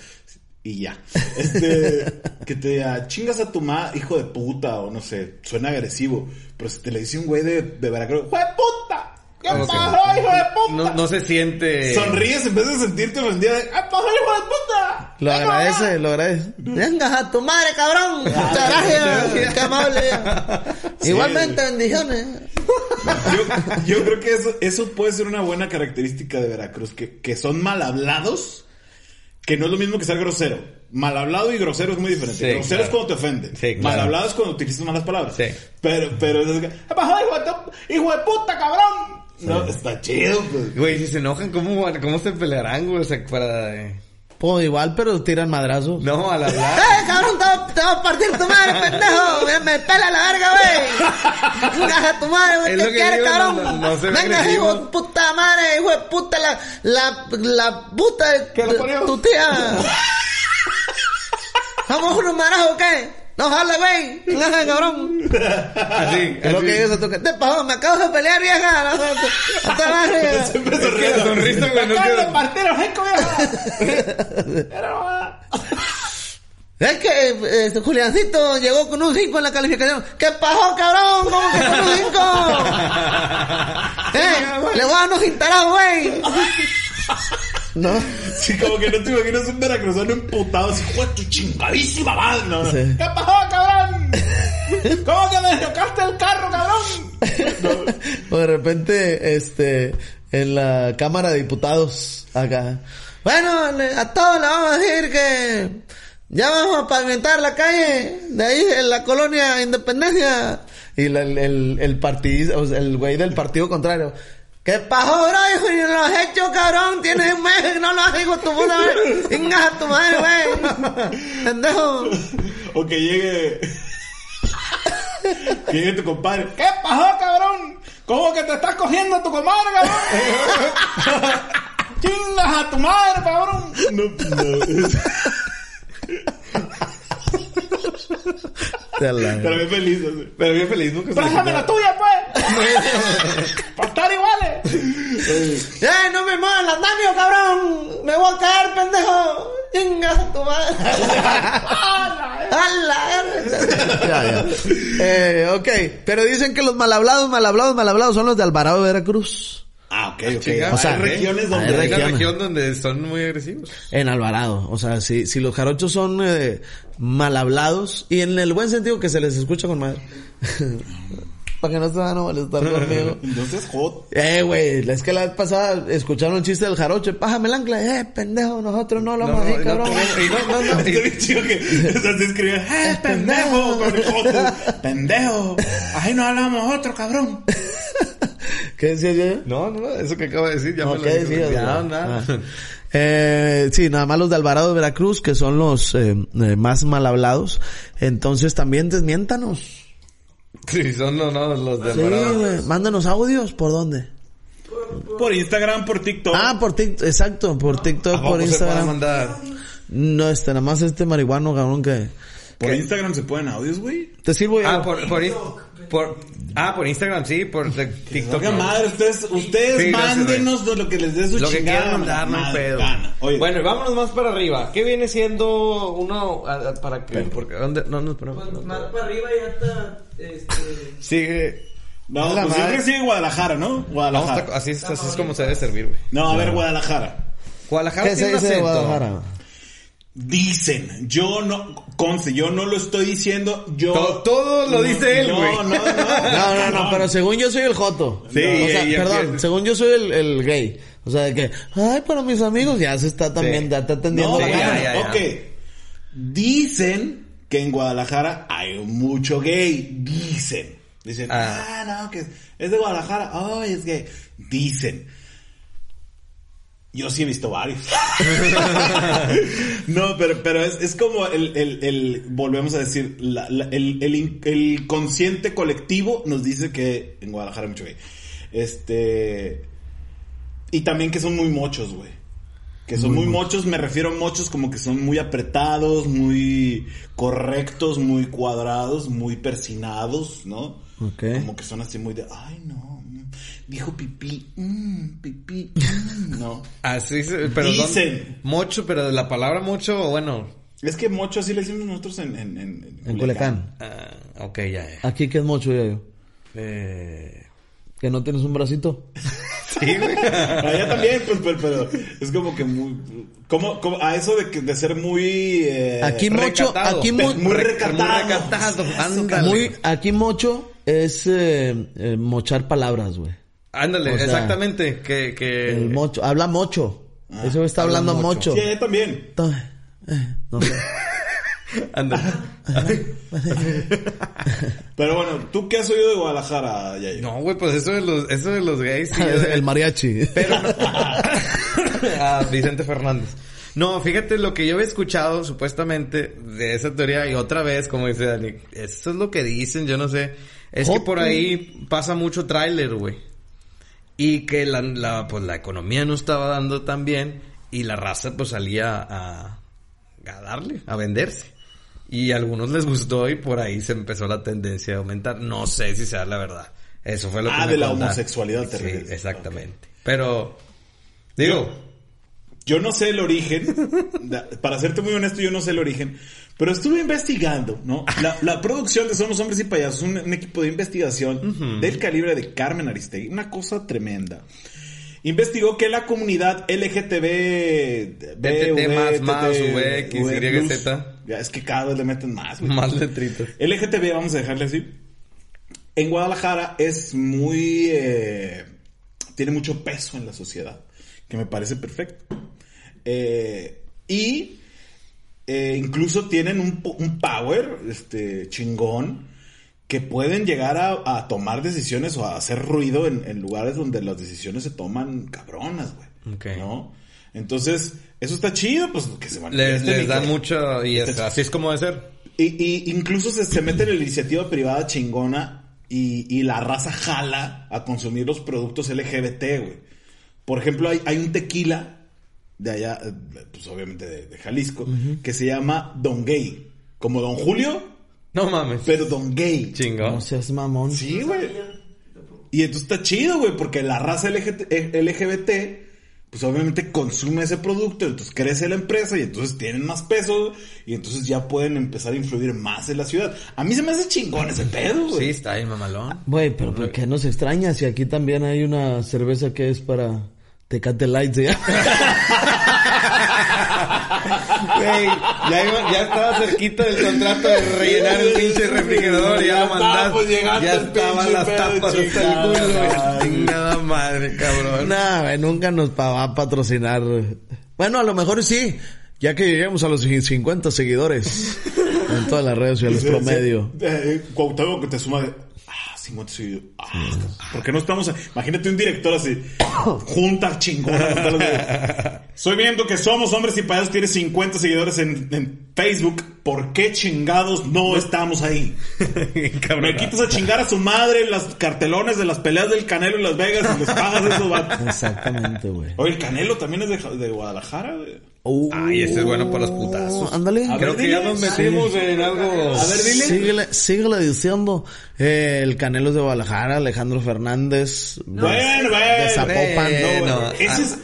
Speaker 3: Y ya. Este, que te diga, chingas a tu ma, hijo de puta, o no sé, suena agresivo. Pero si te le dice un güey de, de Veracruz, ¡hijo de puta! ¿Qué
Speaker 1: Ok.
Speaker 3: pasó, hijo de puta?
Speaker 1: No, no se siente.
Speaker 3: Sonríes en vez de sentirte ofendida de ¡Ah, pasó, hijo de puta!
Speaker 2: Lo
Speaker 3: Venga,
Speaker 2: agradece, lo agradece. Venga a tu madre, cabrón. Muchas gracias. Qué amable.
Speaker 3: Sí.
Speaker 2: Igualmente, bendiciones.
Speaker 3: Yo, yo creo que eso, eso puede ser una buena característica de Veracruz, que, que son mal hablados, que no es lo mismo que ser grosero. Mal hablado y grosero es muy diferente.
Speaker 1: Sí,
Speaker 3: grosero es
Speaker 1: claro.
Speaker 3: cuando te ofenden.
Speaker 1: Sí, claro.
Speaker 3: Mal hablado es cuando utilizas malas palabras.
Speaker 1: Sí.
Speaker 3: Pero, pero es que, "Ah, pasó, hijo de, tu- hijo de puta, cabrón! No, está chido, pues.
Speaker 1: Güey, si se enojan, ¿cómo, van- cómo se pelearán, güey? O sea, para... eh,
Speaker 2: Pues igual, pero tiran madrazos.
Speaker 1: No, al hablar.
Speaker 2: ¡Eh, cabrón! Te, va- te va a partir tu madre, pendejo. Me, me pela la verga, güey. Venga a tu madre, güey.
Speaker 1: Es
Speaker 2: ¿Qué
Speaker 1: lo que
Speaker 2: quieres,
Speaker 1: digo,
Speaker 2: cabrón?
Speaker 1: no, no, no se ve
Speaker 2: Venga,
Speaker 1: agresivo.
Speaker 2: hijo de puta madre, hijo de puta, la, la, la puta de
Speaker 3: ¿Que lo
Speaker 2: de
Speaker 3: parió?
Speaker 2: tu tía. Vamos unos marajos, o ¿qué? No jale, güey. Venga, cabrón.
Speaker 1: Así,
Speaker 2: Es lo que
Speaker 1: así.
Speaker 2: dices tú, ¿qué te pasó? Me acabo de pelear, vieja. No, no, no te
Speaker 1: <laughs>
Speaker 2: vayas.
Speaker 3: Siempre
Speaker 1: Que
Speaker 3: sonríes.
Speaker 1: la sonrisa, güey, no queda-
Speaker 2: Es que eh, este, Juliancito llegó con un 5 en la calificación. ¿Qué pasó, cabrón? ¿Cómo que con un 5? ¿Eh? Le voy a dar unos cintarazos, güey. No.
Speaker 3: Sí, como que no te imaginas un veracruzano emputado así, fue tu chingadísima madre. No, no.
Speaker 2: Sí.
Speaker 3: ¿Qué pasó, <laughs> cabrón? ¿Cómo que me chocaste el carro, cabrón? No.
Speaker 2: O de repente, este, en la Cámara de Diputados, acá. Bueno, le- a todos le vamos a decir que ya vamos a pavimentar la calle de ahí en la colonia Independencia. Y la- el, el, el partidiz- o sea, el güey del partido contrario. ¿Qué pasó, bro? Hijo, y no lo has hecho, cabrón. Tienes un mes que no lo has hecho, tu puta madre. Venga a tu madre, güey. <laughs> Pendejo.
Speaker 3: O que llegue. que llegue tu compadre. ¿Qué pasó, cabrón? ¿Cómo que te estás cogiendo a tu comadre, cabrón? ¡Chingas a tu madre, cabrón! No, no. Pero bien feliz. así.
Speaker 1: Pero bien feliz, ¿no? Que se le quitaba.
Speaker 3: ¡Trájame la tuya, pues! ¡Para estar iguales! Oye,
Speaker 2: ¡Eh, no me muevas las andamio, cabrón! ¡Me voy a caer, pendejo! ¡Chinga tu <laughs> madre! ¡Hala! ya, ya. Eh, ok, pero dicen que los malhablados, malhablados, malhablados son los de Alvarado de Veracruz.
Speaker 3: Ah, ok, ok.
Speaker 1: Chinga,
Speaker 2: O sea,
Speaker 3: hay regiones
Speaker 2: hay
Speaker 3: donde...
Speaker 1: Es una
Speaker 2: regiones.
Speaker 1: región donde son muy agresivos.
Speaker 2: En Alvarado. O sea, si, si los jarochos son eh, malhablados, y en el buen sentido que se les escucha con madre. <laughs> Para que no se van a molestar conmigo.
Speaker 3: Entonces,
Speaker 1: <laughs>
Speaker 3: hot.
Speaker 2: Eh, güey, es que la vez pasada escucharon un chiste del jarocho. Pájame el ancla. Eh, pendejo, nosotros no lo vamos a decir,
Speaker 1: no,
Speaker 2: cabrón.
Speaker 1: y no, no,
Speaker 2: <laughs>
Speaker 1: no,
Speaker 3: Está
Speaker 1: y-
Speaker 3: bien chido que o sea, se escribe, ¡eh, pendejo! con el joto. ¡Pendejo!
Speaker 1: <laughs>
Speaker 3: ¡Ahí no hablamos otro, cabrón!
Speaker 2: ¿Qué decías yo?
Speaker 1: No, no, eso que acabo de decir, ya
Speaker 2: No,
Speaker 1: me lo
Speaker 2: ¿qué
Speaker 1: dijo.
Speaker 2: decías,
Speaker 1: Ya,
Speaker 2: güey?
Speaker 1: nada. <laughs>
Speaker 2: Ah. Eh, sí, nada más los de Alvarado de Veracruz, que son los eh, eh, más mal hablados. Entonces también desmiéntanos.
Speaker 1: Sí, son no, no, los de
Speaker 2: Sí,
Speaker 1: Alvarado.
Speaker 2: güey. Mándanos audios, ¿por dónde?
Speaker 3: Por Instagram, por TikTok.
Speaker 2: Ah, por TikTok, exacto, por
Speaker 1: ¿A
Speaker 2: TikTok,
Speaker 1: poco
Speaker 2: por
Speaker 1: se pueden
Speaker 2: Instagram.
Speaker 1: mandar?
Speaker 2: No, este, nada más este marihuano, cabrón, que...
Speaker 3: por Instagram se pueden audios, güey.
Speaker 2: Te sirvo yo.
Speaker 1: Ah, por, por, in- por- ah, por Instagram, sí, por te- TikTok.
Speaker 3: Toca
Speaker 1: no.
Speaker 3: madre, ustedes, ustedes
Speaker 1: Sí, gracias,
Speaker 3: mándenos de lo que les dé su
Speaker 1: Lo que
Speaker 3: chingada
Speaker 1: quieran mandar, no hay
Speaker 3: madre
Speaker 1: pedo.
Speaker 3: gana. Oye,
Speaker 1: Bueno, y vámonos más para arriba. ¿Qué viene siendo uno a- a- para que porque dónde no nos ponemos?
Speaker 4: Pues más para arriba y hasta este.
Speaker 1: Sigue.
Speaker 3: no,
Speaker 1: la
Speaker 3: pues yo
Speaker 1: madre.
Speaker 3: creo que sigue Guadalajara, ¿no?
Speaker 1: Vamos
Speaker 3: Guadalajara.
Speaker 1: a- así es, así es como se debe servir, güey.
Speaker 3: No, a ver, Guadalajara.
Speaker 1: Guadalajara
Speaker 2: ¿Qué se
Speaker 1: tiene un
Speaker 2: dice de
Speaker 1: acento.
Speaker 2: Guadalajara?
Speaker 3: Dicen, yo no, conste, yo no lo estoy diciendo, yo...
Speaker 1: To- todo lo dice él, güey.
Speaker 3: No,
Speaker 1: <laughs>
Speaker 3: no, no.
Speaker 2: No, no, no, pero según yo soy el joto.
Speaker 1: Sí,
Speaker 2: o sea,
Speaker 1: y- y
Speaker 2: perdón,
Speaker 1: empieza-
Speaker 2: según yo soy el, el gay. O sea, de que, ay, para mis amigos ya se está también,
Speaker 1: Sí.
Speaker 2: ya está
Speaker 3: No,
Speaker 2: atendiendo la
Speaker 3: bueno,
Speaker 2: cara.
Speaker 1: ya, ya, ya.
Speaker 3: ok. Dicen que en Guadalajara hay mucho gay. Dicen. Dicen,
Speaker 1: Ah.
Speaker 3: ah, no, que es de Guadalajara. Ay, es gay. Dicen. Yo sí he
Speaker 1: <laughs>
Speaker 3: visto varios. no, pero, pero es, es como el, el- el- volvemos a decir, la- la- el, el in- el consciente colectivo nos dice que en Guadalajara hay mucho gay. Este, y también que son muy mochos, güey. Que son muy, mochos, me refiero a mochos como que son muy apretados, muy correctos, muy cuadrados, muy persinados, ¿no?
Speaker 2: Ok.
Speaker 3: Como que son así muy de, ay no, mm, dijo pipí, mm, pipí, mm", ¿no?
Speaker 1: Así se- pero son-
Speaker 3: Dicen.
Speaker 1: Mocho, pero la palabra mocho, bueno.
Speaker 3: Es que mocho así le decimos nosotros en, en, en,
Speaker 2: En Culiacán.
Speaker 1: ah, ok, ya. ya.
Speaker 2: Aquí que es mocho, ya yo.
Speaker 1: Eh,
Speaker 2: Que no tienes un bracito.
Speaker 1: sí,
Speaker 2: <laughs>
Speaker 1: güey.
Speaker 3: Allá también, pues, pero, pero es como que muy... Como, como a eso de, que- de ser muy... eh,
Speaker 2: Aquí mocho,
Speaker 1: recatado. <laughs>
Speaker 2: aquí mo-
Speaker 3: Pe- muy
Speaker 1: Re-
Speaker 3: recatado.
Speaker 1: Muy recatado. Ándale.
Speaker 2: muy, aquí mocho es eh, eh, mochar palabras, güey.
Speaker 1: Ándale,
Speaker 2: O sea,
Speaker 1: exactamente. Que, que...
Speaker 2: El mocho, habla mocho. Eso está hablando
Speaker 1: Eh. Ah, habla
Speaker 2: mocho.
Speaker 1: mocho.
Speaker 3: Sí, allá también.
Speaker 2: To- eh, no sé. <laughs>
Speaker 1: Ándale.
Speaker 3: Pero bueno, ¿tú qué has oído de Guadalajara, Yayo?
Speaker 1: No, güey, pues eso de los, eso de los gays.
Speaker 2: <laughs>
Speaker 1: sí, yo-
Speaker 2: el mariachi.
Speaker 1: Pero
Speaker 2: <laughs>
Speaker 1: no. a Vicente Fernández. No, fíjate lo que yo había escuchado supuestamente de esa teoría y otra vez, como dice Dani, eso es lo que dicen, yo no sé. Es que
Speaker 2: Joto.
Speaker 1: por ahí pasa mucho tráiler, güey. Y que la, la, pues, la economía no estaba dando tan bien y la raza pues salía a, a darle, a venderse. Y a algunos les gustó y por ahí se empezó la tendencia a aumentar. No sé si sea la verdad. Eso fue lo que
Speaker 3: Ah,
Speaker 1: me
Speaker 3: de la
Speaker 1: contaron.
Speaker 3: homosexualidad te
Speaker 1: Sí,
Speaker 3: refieres.
Speaker 1: exactamente. Pero, digo,
Speaker 3: Yo no sé el origen. Da- Para serte muy honesto, yo no sé el origen. Pero estuve investigando, ¿no? La, la producción de Somos Hombres y Payasos, un, un equipo de investigación del calibre de Carmen Aristegui, una cosa tremenda. Investigó que la comunidad LGTB,
Speaker 1: TTT+, más,
Speaker 3: TTV,
Speaker 1: VX, YZ.
Speaker 3: Ya, es que cada vez le meten más. güey.
Speaker 1: más letritas.
Speaker 3: LGTB, vamos a dejarle así. En Guadalajara es muy. eh, tiene mucho peso en la sociedad, que me parece perfecto. Eh, y eh, incluso tienen un, po- un power este, chingón que pueden llegar a, a tomar decisiones o a hacer ruido en, en lugares donde las decisiones se toman cabronas, güey.
Speaker 1: Ok.
Speaker 3: ¿No? Entonces, eso está chido, pues que se van
Speaker 1: Les, les dan mucho y
Speaker 3: este
Speaker 1: es- así es como debe ser.
Speaker 3: y, y incluso se, se mete en la iniciativa privada chingona y, y la raza jala a consumir los productos LGBT, güey. Por ejemplo, hay, hay un tequila de allá, eh, pues obviamente de, de Jalisco, que se llama Don Gay. Como Don Julio,
Speaker 1: No mames.
Speaker 3: pero Don Gay.
Speaker 1: Chingón.
Speaker 2: No seas mamón.
Speaker 3: Sí, güey. Y entonces está chido, güey, porque la raza LGT eh, LGBT, pues obviamente consume ese producto, entonces crece la empresa y entonces tienen más peso y entonces ya pueden empezar a influir más en la ciudad. A mí se me hace chingón ese pedo,
Speaker 1: Sí,
Speaker 3: güey.
Speaker 1: está ahí, mamalón.
Speaker 2: Güey, pero ¿por qué nos extraña si aquí también hay una cerveza que es para Tecate Light? se llama?
Speaker 1: Güey, ya, iba- ya estaba cerquita del contrato de rellenar el pinche refrigerador. Ya lo
Speaker 3: Ya estaba,
Speaker 1: mandaste.
Speaker 3: pues, llegaste
Speaker 1: ya
Speaker 3: al
Speaker 1: estaban
Speaker 3: pinche
Speaker 1: las
Speaker 3: pedo,
Speaker 1: tapas hasta el culo.
Speaker 3: chingada.
Speaker 1: güey. Chingada madre, cabrón.
Speaker 2: Nah, güey, nunca nos pa- va a patrocinar. Bueno, a lo mejor sí, ya que lleguemos a los
Speaker 3: <laughs>
Speaker 2: 50 seguidores en todas las redes sociales promedio.
Speaker 3: Eh, Cuauhtémoc que te suma de... Ah, 50 seguidos. Ah, ¿Por qué no estamos? a- Imagínate un director así. Junta <laughs> chingona. con todos los de- Estoy viendo que Somos Hombres y Payasos tiene 50 seguidores en, en Facebook. ¿Por qué chingados no estamos ahí? Me quitas a chingar a su madre en las cartelones de las peleas del Canelo en Las Vegas y les pagas a esos
Speaker 2: <laughs>
Speaker 3: vatos.
Speaker 2: Exactamente, güey.
Speaker 3: Oye, el Canelo también es de, Ja- de Guadalajara, güey.
Speaker 1: Ay, este es bueno para los putazos.
Speaker 2: Ándale.
Speaker 3: A
Speaker 1: Creo
Speaker 3: ver,
Speaker 1: que ya
Speaker 3: dile.
Speaker 1: nos metimos en algo.
Speaker 3: A ver, dile.
Speaker 2: Síguele, síguele diciendo. Eh, el Canelo es de Guadalajara, Alejandro Fernández.
Speaker 3: Bueno, bueno.
Speaker 2: de Zapopan.
Speaker 1: Bueno.
Speaker 3: Bueno, ese es-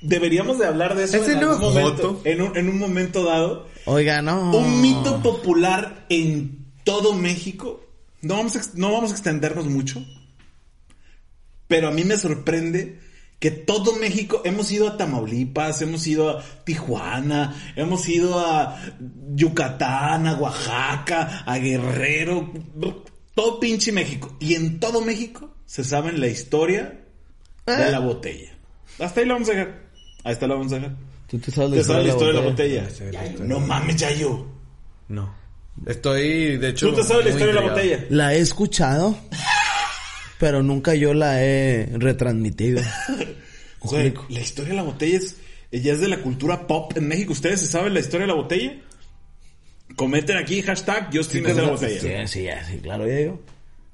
Speaker 3: deberíamos de hablar de eso
Speaker 1: Ese
Speaker 3: en,
Speaker 1: no
Speaker 3: algún
Speaker 1: es
Speaker 3: momento,
Speaker 1: joto.
Speaker 3: en, un, en un momento dado.
Speaker 2: Oiga, no.
Speaker 3: Un mito popular en todo México. No vamos, a, ex- no vamos a extendernos mucho, pero a mí me sorprende que todo México, hemos ido a Tamaulipas, hemos ido a Tijuana, hemos ido a Yucatán, a Oaxaca, a Guerrero, todo pinche México. Y en todo México se saben la historia de la botella. Hasta ahí la vamos a dejar. Hasta la vamos a dejar.
Speaker 2: Tú te sabes la
Speaker 3: Te sabes la historia de la
Speaker 2: botella.
Speaker 3: botella. Yayo, No mames, Yayo.
Speaker 1: No. Estoy, de hecho.
Speaker 3: Tú te sabes
Speaker 1: muy
Speaker 3: la historia de la
Speaker 1: intrigado.
Speaker 3: botella.
Speaker 2: La
Speaker 3: <laughs>
Speaker 2: he escuchado, pero nunca yo la he retransmitido.
Speaker 3: Güey, la historia de la botella es. Ella es de la cultura pop en México. ¿Ustedes se saben la historia de la botella? Comenten aquí hashtag Justin es de la botella.
Speaker 2: Sí, sí, sí, claro, ya yo.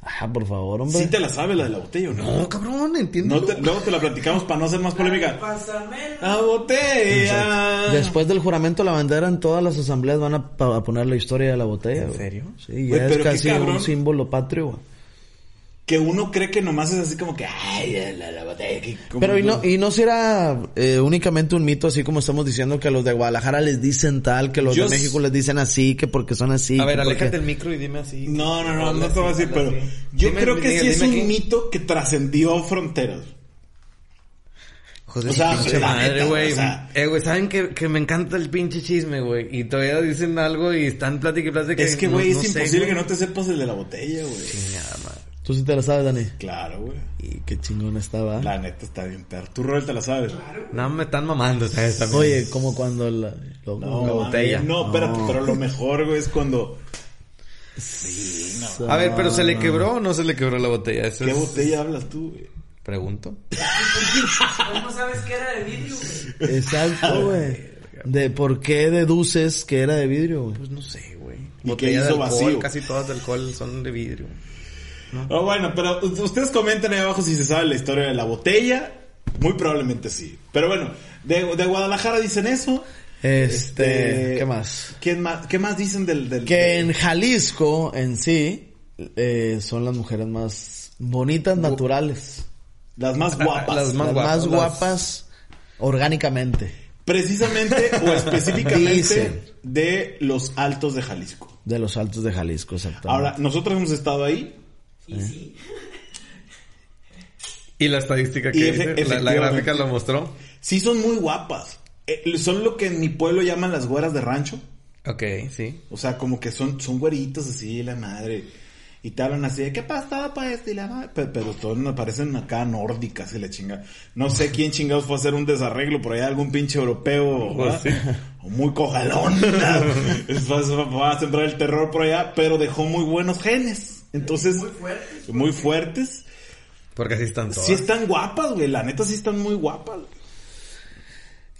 Speaker 2: Ah, por favor, hombre.
Speaker 3: Sí te Oh, la sabe la de la botella, ¿o ¿no?
Speaker 1: No, cabrón, entiendo.
Speaker 3: no te- luego te la platicamos para no hacer más polémica.
Speaker 4: Pásame
Speaker 3: La botella.
Speaker 2: Ah. Después del juramento a la bandera en todas las asambleas van a, pa- a poner la historia de la botella. ¿En
Speaker 1: serio?
Speaker 2: Sí,
Speaker 3: Güey,
Speaker 2: ya es
Speaker 3: pero qué
Speaker 2: casi
Speaker 3: cabrón.
Speaker 2: un símbolo patrio. güey.
Speaker 3: Que uno cree que nomás es así como que, ay, la, la botella. que como-
Speaker 2: Pero y no, y no será eh, únicamente un mito así como estamos diciendo que los de Guadalajara les dicen tal, que los
Speaker 3: Yo s-
Speaker 2: de México les dicen así, que porque son así.
Speaker 1: A ver,
Speaker 2: que porque-
Speaker 1: aléjate el micro y dime así.
Speaker 3: No, no, no,
Speaker 1: Habla
Speaker 3: no te voy a
Speaker 1: así,
Speaker 3: decir,
Speaker 1: habla
Speaker 3: pero
Speaker 1: así.
Speaker 3: yo
Speaker 1: Dime,
Speaker 3: creo que
Speaker 1: dime,
Speaker 3: sí es
Speaker 1: dime
Speaker 3: un
Speaker 1: aquí.
Speaker 3: mito que trascendió fronteras.
Speaker 1: Joder,
Speaker 3: O sea,
Speaker 1: pinche
Speaker 3: la
Speaker 1: madre,
Speaker 3: neta,
Speaker 1: güey.
Speaker 3: o sea.
Speaker 1: eh, güey, saben que, que me encanta el pinche chisme, güey. Y todavía dicen algo y están plática y plática.
Speaker 3: es que, güey, es imposible que
Speaker 1: no
Speaker 3: no te sepas el de la botella, güey.
Speaker 2: Tú sí te la sabes, Dani.
Speaker 3: Claro, güey.
Speaker 2: Y qué chingón estaba.
Speaker 3: La neta está bien, perro. Tú, Robert, te la sabes.
Speaker 1: No, me están mamando, ¿sabes? También.
Speaker 2: Oye, como cuando la, lo-
Speaker 3: No,
Speaker 2: lo-
Speaker 1: botella.
Speaker 3: mami, No, espérate, pero lo mejor, güey, es cuando.
Speaker 1: A ver, pero ¿se le quebró o no se le quebró la botella? Eso
Speaker 3: ¿Qué
Speaker 1: es-
Speaker 3: botella hablas tú, güey?
Speaker 1: Pregunto.
Speaker 4: ¿Cómo sabes que era de vidrio, güey?
Speaker 2: Exacto, güey. De por qué deduces que era de vidrio, güey.
Speaker 1: Pues no sé, güey.
Speaker 3: ¿Y
Speaker 1: Botella
Speaker 3: qué
Speaker 1: de
Speaker 3: hizo
Speaker 1: alcohol,
Speaker 3: vacío?
Speaker 1: casi todas de alcohol son de vidrio.
Speaker 3: Oh, bueno, pero u- ustedes comenten ahí abajo si se sabe la historia de la botella. Muy probablemente sí. Pero bueno, de, de Guadalajara dicen eso.
Speaker 2: Este, ¿qué más?
Speaker 3: ¿Quién más? ¿Qué más dicen del... del
Speaker 2: Que en Jalisco, en sí, eh, son las mujeres más bonitas, naturales.
Speaker 3: Las más guapas.
Speaker 1: Las más
Speaker 2: Las
Speaker 1: guapas.
Speaker 2: más
Speaker 1: las-
Speaker 2: guapas, orgánicamente,
Speaker 3: Precisamente o
Speaker 2: Dicen.
Speaker 3: específicamente de los altos de Jalisco.
Speaker 2: de los altos de Jalisco, exactamente.
Speaker 3: Ahora, nosotros hemos estado ahí
Speaker 4: Y sí.
Speaker 1: Y la estadística que
Speaker 3: Y
Speaker 1: dice, la,
Speaker 3: efe-
Speaker 1: la
Speaker 3: efectivamente.
Speaker 1: gráfica lo mostró.
Speaker 3: Sí son muy guapas. Eh, son lo que en mi pueblo llaman las güeras de rancho.
Speaker 1: Ok, sí.
Speaker 3: O sea, como que son, son güeritos así, la madre. Y te hablan así de, ¿qué pasaba para este? Y la madre? Pero, pero todos me parecen acá nórdicas y la chinga. No sé quién chingados fue a hacer un desarreglo, por allá algún pinche europeo.
Speaker 1: Pues
Speaker 3: ¿verdad? O muy cojalón. <laughs> ¿verdad? Fue a- fue a sembrar el terror por allá, pero dejó muy buenos genes. Entonces, muy fuertes. Muy fuertes.
Speaker 1: Porque así están todas.
Speaker 3: Sí están guapas, güey. La neta sí están muy guapas. güey.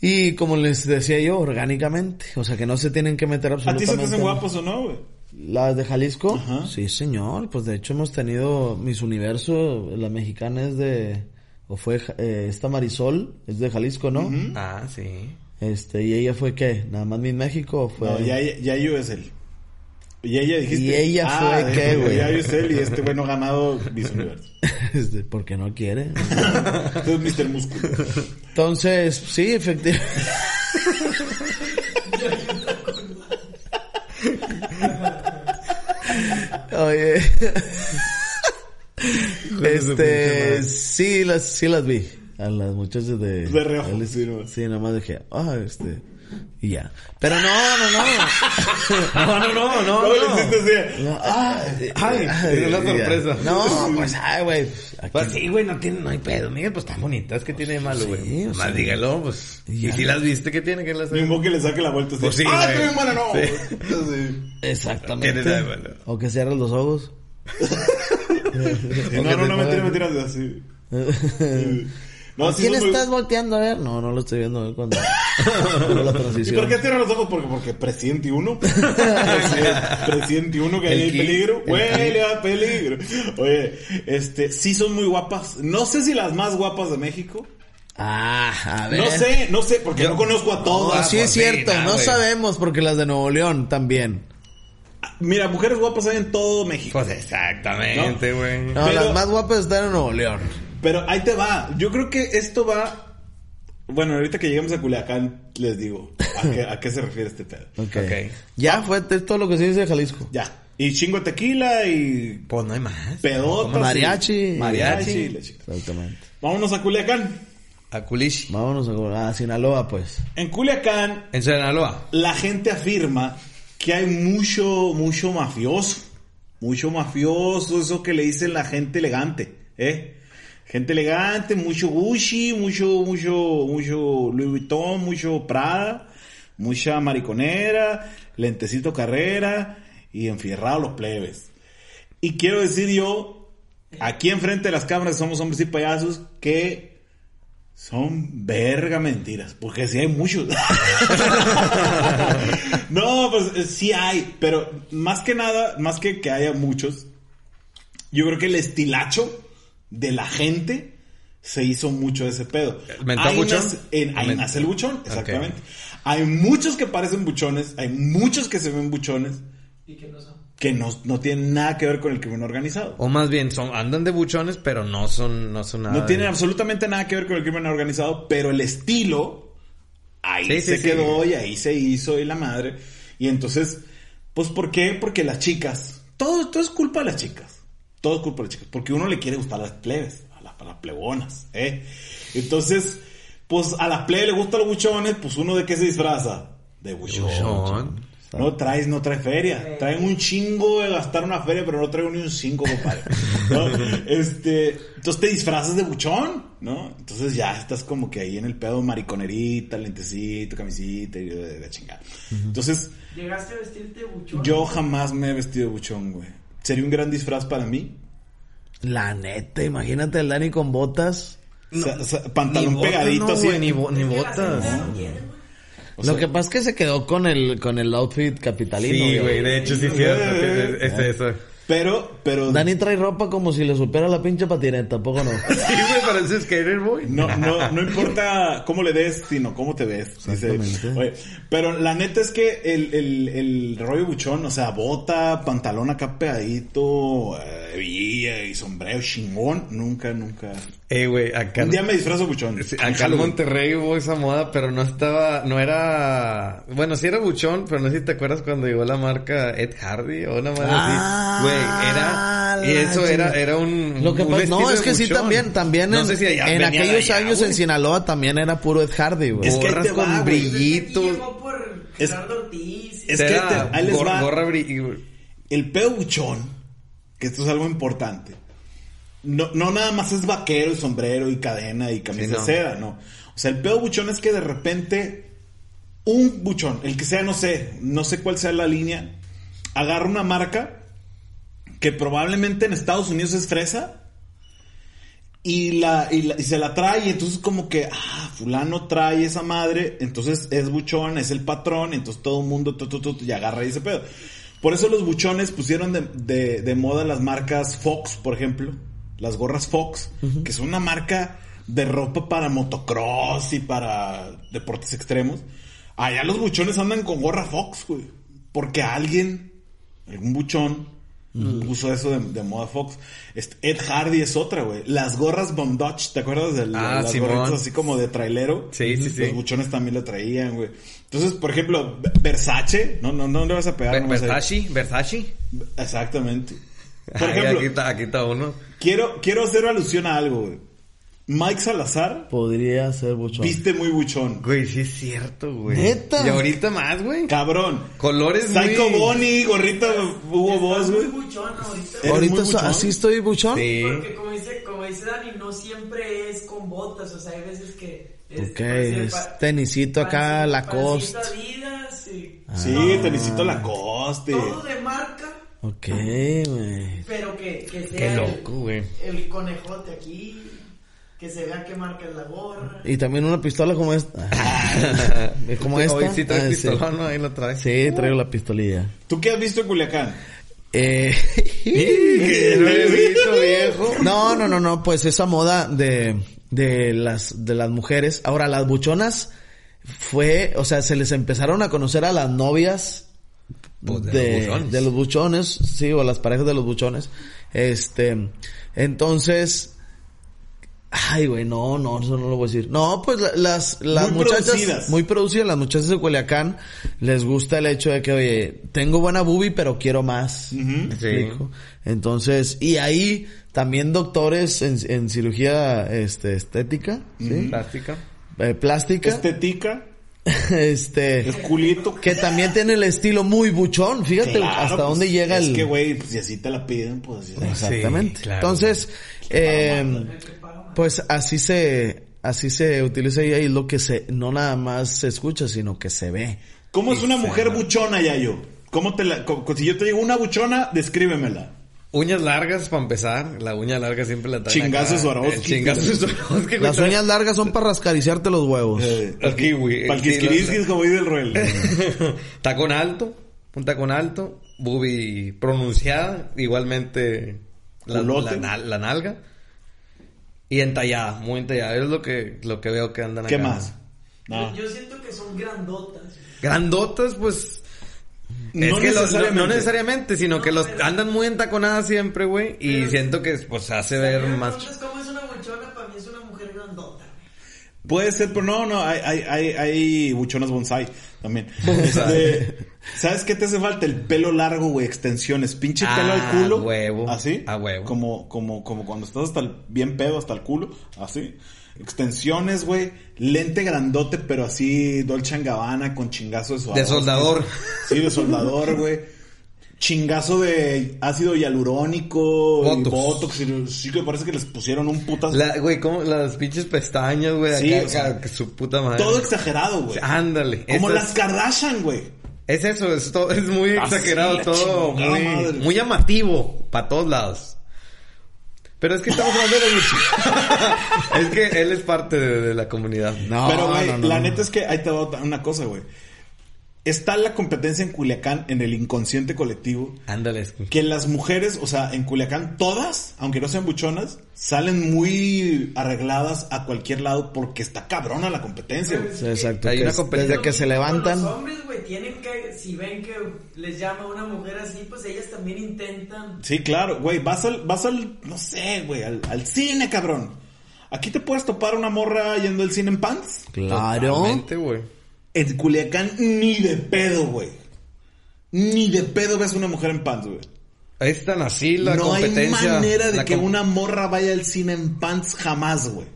Speaker 2: Y como les decía yo, orgánicamente. O sea, que no se tienen que meter
Speaker 3: ¿A ti
Speaker 2: absolutamente.
Speaker 3: se te hacen guapos o no, güey?
Speaker 2: ¿Las de Jalisco?
Speaker 3: Ajá.
Speaker 2: Sí, señor. Pues de hecho hemos tenido Mis Universo, la mexicana es de... O fue eh, esta Marisol, es de Jalisco, ¿no?
Speaker 1: Ah, sí.
Speaker 2: Este, y ella fue qué? ¿Nada más Miss México o fue?
Speaker 3: No, ya, ya yo es él. Y ella dijiste.
Speaker 2: ¿Y ella fue
Speaker 3: de-
Speaker 2: qué, güey?
Speaker 3: Ya yo es él y este güey no ha ganado Miss Universo.
Speaker 2: <laughs> Este, porque no quiere.
Speaker 3: Entonces, Mr. Músculo.
Speaker 2: Entonces, sí, efectivamente. <laughs> Oye. este, sí las, sí las vi. A las muchachas de...
Speaker 3: De reojo.
Speaker 2: Él es-
Speaker 3: Sí, nomás.
Speaker 2: Sí, nada más dije, ah, este... Y ya. Pero no, no, no.
Speaker 1: <laughs> No, no, no, no.
Speaker 3: No, le
Speaker 1: no.
Speaker 3: hiciste así.
Speaker 2: No, ah,
Speaker 1: Ay, es la
Speaker 2: y ya.
Speaker 1: sorpresa.
Speaker 2: No, pues, ay, güey. pues, aquí-
Speaker 1: Pues sí, güey, no tiene, no hay pedo. Miguel, pues tan bonitas, ¿qué tiene de malo, güey?
Speaker 2: sí, o
Speaker 1: Más
Speaker 2: sea,
Speaker 1: dígalo, pues.
Speaker 2: ya.
Speaker 1: Y si las viste, ¿qué tiene que las
Speaker 3: Ni modo que le saque la vuelta. Así.
Speaker 1: Pues sí,
Speaker 3: ¡Ah,
Speaker 1: güey.
Speaker 3: estoy bien buena, no!
Speaker 1: Sí.
Speaker 3: Entonces,
Speaker 2: Exactamente.
Speaker 1: Tiene nada de malo.
Speaker 2: O que cierres los ojos.
Speaker 3: sí. No, no, no, mentira, mentira.
Speaker 2: <laughs>
Speaker 3: Así. No,
Speaker 2: ¿A
Speaker 3: sí,
Speaker 2: quién
Speaker 3: son muy-
Speaker 2: estás volteando a ver? No, no lo estoy viendo a
Speaker 1: <laughs>
Speaker 2: ver cuando cuando la
Speaker 3: ¿Y
Speaker 2: transición.
Speaker 3: por qué cierra los ojos? Porque, porque presiente
Speaker 2: <laughs>
Speaker 3: uno. Presi- presiente uno que ahí hay
Speaker 1: ki-
Speaker 3: peligro.
Speaker 1: el
Speaker 3: Huele a peligro. Oye, este, sí son muy guapas. No sé si las más guapas de México.
Speaker 2: Ah, a ver.
Speaker 3: No sé, no sé, porque
Speaker 1: Yo-
Speaker 3: no conozco a
Speaker 2: No,
Speaker 3: todas.
Speaker 2: sí
Speaker 1: Ah,
Speaker 2: es
Speaker 1: pues sí,
Speaker 2: cierto,
Speaker 1: nah,
Speaker 2: no
Speaker 1: güey.
Speaker 2: sabemos porque las de Nuevo León también.
Speaker 3: Mira, mujeres guapas hay en todo México.
Speaker 1: Pues exactamente, güey.
Speaker 2: No,
Speaker 3: Pero-
Speaker 2: las más guapas están en Nuevo León.
Speaker 3: Pero ahí te va. Yo creo que esto va. Bueno, ahorita que llegamos a Culiacán, les digo a qué, a qué se refiere este pedo.
Speaker 2: Ok.
Speaker 1: Ok. Ah.
Speaker 2: Ya fue t- todo lo que se dice de Jalisco.
Speaker 3: Ya. Y chingo de tequila y
Speaker 1: Pues no hay más.
Speaker 3: pedotas. y-
Speaker 2: Mariachi.
Speaker 3: Mariachi. y la chingada.
Speaker 2: Exactamente.
Speaker 3: Vámonos a Culiacán.
Speaker 1: A Culichi.
Speaker 2: Vámonos a, a Sinaloa, pues.
Speaker 3: En Culiacán,
Speaker 1: En Sinaloa.
Speaker 3: la gente afirma que hay mucho, mucho mafioso. Mucho mafioso, eso que le dicen la gente elegante, ¿eh? Gente elegante, mucho Gucci, mucho, mucho, mucho Louis Vuitton, mucho Prada, mucha mariconera, lentecito carrera y enfierrado los plebes. Y quiero decir yo, aquí enfrente de las cámaras somos hombres y payasos que son verga mentiras, porque sí hay muchos. <laughs> no, pues eh, sí hay, pero más que nada, más que que haya muchos, Yo creo que el estilacho de la gente se hizo mucho de ese pedo.
Speaker 1: ¿Mentó
Speaker 3: Ahí
Speaker 1: buchón?
Speaker 3: nace- en- ahí
Speaker 1: Ment-
Speaker 3: nace el buchón, exactamente. Hay muchos que parecen buchones, hay muchos que se ven buchones. Que no, no tienen nada que ver con el crimen organizado.
Speaker 1: O más bien, son, andan de buchones, pero no son, no son nada.
Speaker 3: No tienen
Speaker 1: de-
Speaker 3: absolutamente nada que ver con el crimen organizado, pero el estilo ahí
Speaker 1: Sí, sí,
Speaker 3: se
Speaker 1: sí.
Speaker 3: quedó y ahí se hizo y la madre. Y entonces, pues ¿por qué? Porque las chicas, todo, todo es culpa de las chicas. Todo es culpa de las chicas, porque uno le quiere gustar a las plebes, a las, a las plebonas, ¿eh? Entonces, pues a las plebes le gustan los buchones, pues uno de qué se disfraza? De buchón.
Speaker 1: Buchón.
Speaker 3: No traes, no traes feria. Traen un chingo de gastar una feria, pero no traigo ni un cinco, compadre. ¿No? Este, entonces te disfrazas de buchón, ¿no? Entonces ya estás como que ahí en el pedo mariconerita, lentecito, camisita y de, de chingada. Entonces,
Speaker 4: Llegaste a vestirte buchón.
Speaker 3: yo jamás me he vestido de buchón, güey. Sería un gran disfraz para mí.
Speaker 2: La neta, imagínate al Dani con botas.
Speaker 3: Sa- sa-
Speaker 1: Ni
Speaker 3: pantalón
Speaker 1: botas,
Speaker 3: pegadito
Speaker 1: no,
Speaker 3: así.
Speaker 1: güey, ni, bo- ni
Speaker 4: Que la
Speaker 1: botas.
Speaker 4: gente no quiere, güey.
Speaker 3: O
Speaker 2: Lo
Speaker 3: sea,
Speaker 2: que pasa es que se quedó con el, con el outfit capitalino.
Speaker 1: Sí,
Speaker 2: güey.
Speaker 1: güey, Eh, de hecho sí es cierto. Es, es eso. <laughs>
Speaker 3: Pero, pero.
Speaker 2: Dani trae ropa como si le supiera la pinche patineta,
Speaker 1: <laughs>
Speaker 2: ¿a poco no?
Speaker 1: Sí, güey, parece skater boy.
Speaker 3: No, no, no importa cómo le des, sino cómo te ves. dice.
Speaker 2: Exactamente.
Speaker 3: Oye, pero la neta es que el, el, el rollo buchón, o sea, bota, pantalón acá pegadito, eh, hebilla y sombrero chingón, nunca, nunca.
Speaker 1: Eh, güey, acá.
Speaker 3: Un día me disfrazo buchón.
Speaker 1: Sí,
Speaker 3: En
Speaker 1: Acá en
Speaker 3: Halloween.
Speaker 1: Monterrey hubo esa moda, pero no estaba, no era, bueno, sí era buchón, pero no sé si te acuerdas cuando llegó la marca Ed Hardy o una madre
Speaker 2: Ah,
Speaker 1: así. Güey, era, y
Speaker 2: la
Speaker 1: eso
Speaker 2: chingada.
Speaker 1: era, era un,
Speaker 2: Lo que
Speaker 1: un
Speaker 2: pasa,
Speaker 1: vestido
Speaker 2: no,
Speaker 1: de
Speaker 2: es que sí
Speaker 1: buchón.
Speaker 2: también, también
Speaker 1: No
Speaker 2: en,
Speaker 1: sé si allá
Speaker 2: en
Speaker 1: venía de
Speaker 2: aquellos
Speaker 1: allá,
Speaker 2: años
Speaker 1: güey.
Speaker 2: en Sinaloa también era puro Ed Hardy, güey.
Speaker 3: Es que ahí
Speaker 1: Gorras
Speaker 3: te
Speaker 1: con
Speaker 3: va, güey.
Speaker 1: brillitos.
Speaker 4: Aquí llegó por
Speaker 3: Es-
Speaker 4: Gerardo Ortiz.
Speaker 3: Es que
Speaker 1: Era
Speaker 3: te- ahí les
Speaker 1: gor-
Speaker 3: va.
Speaker 1: gorra bri-
Speaker 3: El pedo buchón, que esto es algo importante. No, no nada más es vaquero y sombrero y cadena y camisa
Speaker 1: Sí,
Speaker 3: de
Speaker 1: no.
Speaker 3: seda, no. O sea, el pedo buchón es que de repente un buchón, el que sea, no sé, no sé cuál sea la línea, agarra una marca que probablemente en Estados Unidos es fresa y la, y la- y se la trae, y entonces como que, ah, fulano trae esa madre, entonces es buchón, es el patrón, entonces todo el mundo tu, tu, tu, tu, y agarra ese pedo. Por eso los buchones pusieron de, de- de moda las marcas Fox, por ejemplo, las gorras Fox, que son una marca de ropa para motocross y para deportes extremos. Allá los buchones andan con gorra Fox, güey, porque alguien algún buchón puso eso de, de moda Fox. Este, Ed Hardy es otra, güey. Las gorras Bomb Dodge, ¿te acuerdas de la-
Speaker 1: Ah,
Speaker 3: las
Speaker 1: Simón.
Speaker 3: gorritas así como de trailero?
Speaker 1: Sí, sí, sí.
Speaker 3: Los buchones también lo traían, güey. Entonces, por ejemplo, Ver- Versace, no, no, no le vas a pegar.
Speaker 1: Ver-
Speaker 3: nomás ahí.
Speaker 1: Versace, Versace. <laughs>
Speaker 3: Exactamente. Por
Speaker 1: Ay,
Speaker 3: ejemplo,
Speaker 1: aquí está, aquí está uno.
Speaker 3: quiero, quiero hacer alusión a algo, güey. Mike Salazar
Speaker 2: Podría ser buchón.
Speaker 3: viste muy buchón.
Speaker 1: Güey, sí es cierto, güey.
Speaker 2: ¿Neta?
Speaker 1: Y ahorita más, güey.
Speaker 3: Cabrón.
Speaker 1: Colores
Speaker 3: Psycho
Speaker 1: muy-
Speaker 3: Bonnie, gorrita Hugo Boss,
Speaker 4: Muy
Speaker 3: güey.
Speaker 4: buchón ahorita.
Speaker 3: ¿Eres muy
Speaker 2: Ahorita so-
Speaker 3: buchón?
Speaker 2: así estoy buchón.
Speaker 1: Sí.
Speaker 4: Porque como dice, como dice Dani, no siempre es con botas, o sea, hay veces que... es-
Speaker 2: Ok,
Speaker 4: parece
Speaker 2: es
Speaker 4: pa-
Speaker 2: tenisito acá,
Speaker 4: pancito-
Speaker 2: Lacoste.
Speaker 4: pancito Adidas, y
Speaker 3: Sí, Tenisito Lacoste.
Speaker 4: Todo de marca,
Speaker 2: Ok, güey.
Speaker 4: pero que, que sea
Speaker 1: Qué
Speaker 4: el-
Speaker 1: loco, güey.
Speaker 4: el, conejote aquí, que se vea qué marca es la gorra.
Speaker 2: Y también una pistola como
Speaker 1: <laughs>
Speaker 2: esta. como esta.
Speaker 1: Hoy sí traes
Speaker 2: Ah, sí.
Speaker 1: pistolón, ¿no? ahí lo traes.
Speaker 2: Sí, traigo la pistolilla.
Speaker 3: ¿Tú qué has visto en Culiacán?
Speaker 2: Eh, <laughs>
Speaker 1: Que no he visto, viejo.
Speaker 2: No, no, no, no, pues esa moda de, de las, de las mujeres. Ahora, las buchonas fue, o sea, se les empezaron a conocer a las novias
Speaker 1: Pues, de los
Speaker 2: de,
Speaker 1: buchones.
Speaker 2: de los buchones, sí, o las parejas de los buchones. Este, entonces, ay, güey, no, no, eso no lo voy a decir. No, pues la- las, las
Speaker 3: Muy
Speaker 2: muchachas,
Speaker 3: producidas.
Speaker 2: muy producidas, las muchachas de Culiacán, les gusta el hecho de que, oye, tengo buena boobie, pero quiero más. ¿Me
Speaker 1: Sí.
Speaker 2: explico? Entonces, y ahí también doctores en, en cirugía este, estética, ¿sí?
Speaker 1: Plástica.
Speaker 2: Eh, plástica,
Speaker 1: Este
Speaker 3: Estetica, el
Speaker 2: <laughs> este,
Speaker 3: culito.
Speaker 2: que también tiene el estilo muy buchón, fíjate
Speaker 3: Claro,
Speaker 2: hasta
Speaker 3: pues,
Speaker 2: dónde llega
Speaker 3: es
Speaker 2: el...
Speaker 3: que, güey, pues si así te la piden, pues así.
Speaker 2: Exactamente.
Speaker 1: Sí, claro.
Speaker 2: Entonces, eh, pues así se, así se utiliza y ahí lo que se, no nada más se escucha, sino que se ve.
Speaker 3: ¿Cómo es una mujer buchona, Yayo? ¿Cómo te la, co- co- si yo te digo una buchona, descríbemela.
Speaker 1: Uñas largas para empezar. La uña larga siempre la traen.
Speaker 3: Chingazos
Speaker 1: acá.
Speaker 3: Swarovski.
Speaker 1: Eh, Chingazos Swarovski.
Speaker 2: Las uñas largas son para rascariciarte los huevos.
Speaker 1: El kiwi.
Speaker 3: Palquisquirisquis, Eh, como dice el
Speaker 2: <laughs>
Speaker 3: Ruel.
Speaker 1: <laughs> Tacón alto. Un tacón alto. Bubi pronunciada. Igualmente La, la
Speaker 3: Culote.
Speaker 1: nal- la nalga. Y entallada, muy entallada. Es lo que, lo que veo que andan
Speaker 3: ¿Qué
Speaker 1: acá.
Speaker 3: más?
Speaker 2: Ah.
Speaker 3: No,
Speaker 4: Yo siento que son grandotas.
Speaker 1: Grandotas, pues.
Speaker 3: No
Speaker 1: es que los-
Speaker 3: necesariamente.
Speaker 1: no necesariamente, sino que los
Speaker 4: pero-
Speaker 1: andan muy entaconadas siempre, güey. Y siento que pues hace ver más.
Speaker 4: Entonces, ¿cómo es una muchona? Para mí es una mujer grandota.
Speaker 3: Puede ser, pero no, no, hay, hay, hay, hay buchonas bonsai también.
Speaker 1: Bonsai.
Speaker 3: Este, ¿Sabes qué te hace falta? El pelo largo, güey, extensiones, pinche
Speaker 1: Ah,
Speaker 3: pelo al culo.
Speaker 1: huevo.
Speaker 3: Así.
Speaker 1: A huevo.
Speaker 3: Como, como, como cuando estás hasta el, bien pedo, hasta el culo, así. Extensiones, güey, lente grandote, pero así Dolce and Gabbana con chingazo de
Speaker 1: De
Speaker 3: suador.
Speaker 1: soldador.
Speaker 3: Sí, de soldador, güey. Chingazo de ácido hialurónico, y
Speaker 1: Botox.
Speaker 3: botox, y sí que parece que les pusieron un putazo.
Speaker 1: La- Güey, como las pinches pestañas, güey.
Speaker 3: Sí,
Speaker 1: acá,
Speaker 3: o sea,
Speaker 1: acá, que su puta madre.
Speaker 3: Todo exagerado,
Speaker 1: Ah,
Speaker 3: güey.
Speaker 1: Ándale.
Speaker 3: Como
Speaker 1: eso
Speaker 3: las
Speaker 1: es-
Speaker 3: Kardashian, güey.
Speaker 1: Es eso, es, todo, es muy
Speaker 3: Ah, sí,
Speaker 1: exagerado
Speaker 3: la
Speaker 1: todo,
Speaker 3: chingada
Speaker 1: muy,
Speaker 3: madre.
Speaker 1: muy llamativo para todos lados. Pero es que estamos hablando de Lucho.
Speaker 3: <laughs>
Speaker 1: es que él es parte de, de la comunidad.
Speaker 2: Ah, No,
Speaker 3: Pero, güey,
Speaker 2: no, no,
Speaker 3: la
Speaker 2: no.
Speaker 3: neta es que ahí te va otra- una cosa, güey. Está la competencia en Culiacán, en el inconsciente colectivo,
Speaker 1: Ándale. es que-
Speaker 3: que las mujeres, o sea, en Culiacán todas, aunque no sean buchonas, salen muy arregladas a cualquier lado porque está cabrona la competencia, güey.
Speaker 2: Sí, exacto.
Speaker 1: Hay
Speaker 2: que
Speaker 1: una
Speaker 2: es-
Speaker 1: competencia
Speaker 2: desde que se levantan.
Speaker 4: Los hombres, güey, tienen que, si ven que les llama una mujer así, pues ellas también intentan.
Speaker 3: Sí, claro, güey, vas al, vas al, no sé, güey, al, al cine, cabrón. Aquí te puedes topar una morra yendo al cine en pants.
Speaker 2: Claro.
Speaker 1: Totalmente, güey.
Speaker 3: En Culiacán ni de pedo, güey. Ni de pedo ves una mujer en pants, güey.
Speaker 1: Es tan así la
Speaker 3: no hay
Speaker 1: competencia.
Speaker 3: manera de
Speaker 1: la
Speaker 3: que
Speaker 1: com-
Speaker 3: una morra vaya al cine en pants jamás, güey.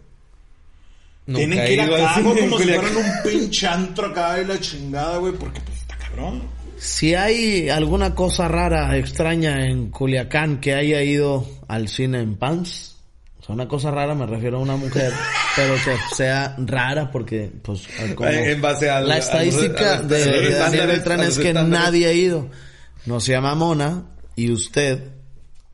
Speaker 1: Nunca
Speaker 3: Tienen
Speaker 1: he
Speaker 3: que ir
Speaker 1: ido al
Speaker 3: acá,
Speaker 1: cine
Speaker 3: güey,
Speaker 1: en
Speaker 3: como si
Speaker 1: Culiacán.
Speaker 3: fueran un pinche antro acá y la chingada, güey, porque pues está cabrón.
Speaker 2: Si hay alguna cosa rara, extraña en Culiacán que haya ido al cine en pants, o sea, una cosa rara me refiero a
Speaker 1: <laughs>
Speaker 2: una mujer, pero que sea rara porque, pues, como-
Speaker 1: Eh, en base al-
Speaker 2: la
Speaker 1: al-
Speaker 2: estadística
Speaker 1: al-
Speaker 2: de,
Speaker 1: a los
Speaker 2: de Daniel
Speaker 1: estándares,
Speaker 2: Beltrán
Speaker 1: a los
Speaker 2: es que
Speaker 1: estándares.
Speaker 2: nadie ha ido. No se llama Mona y usted,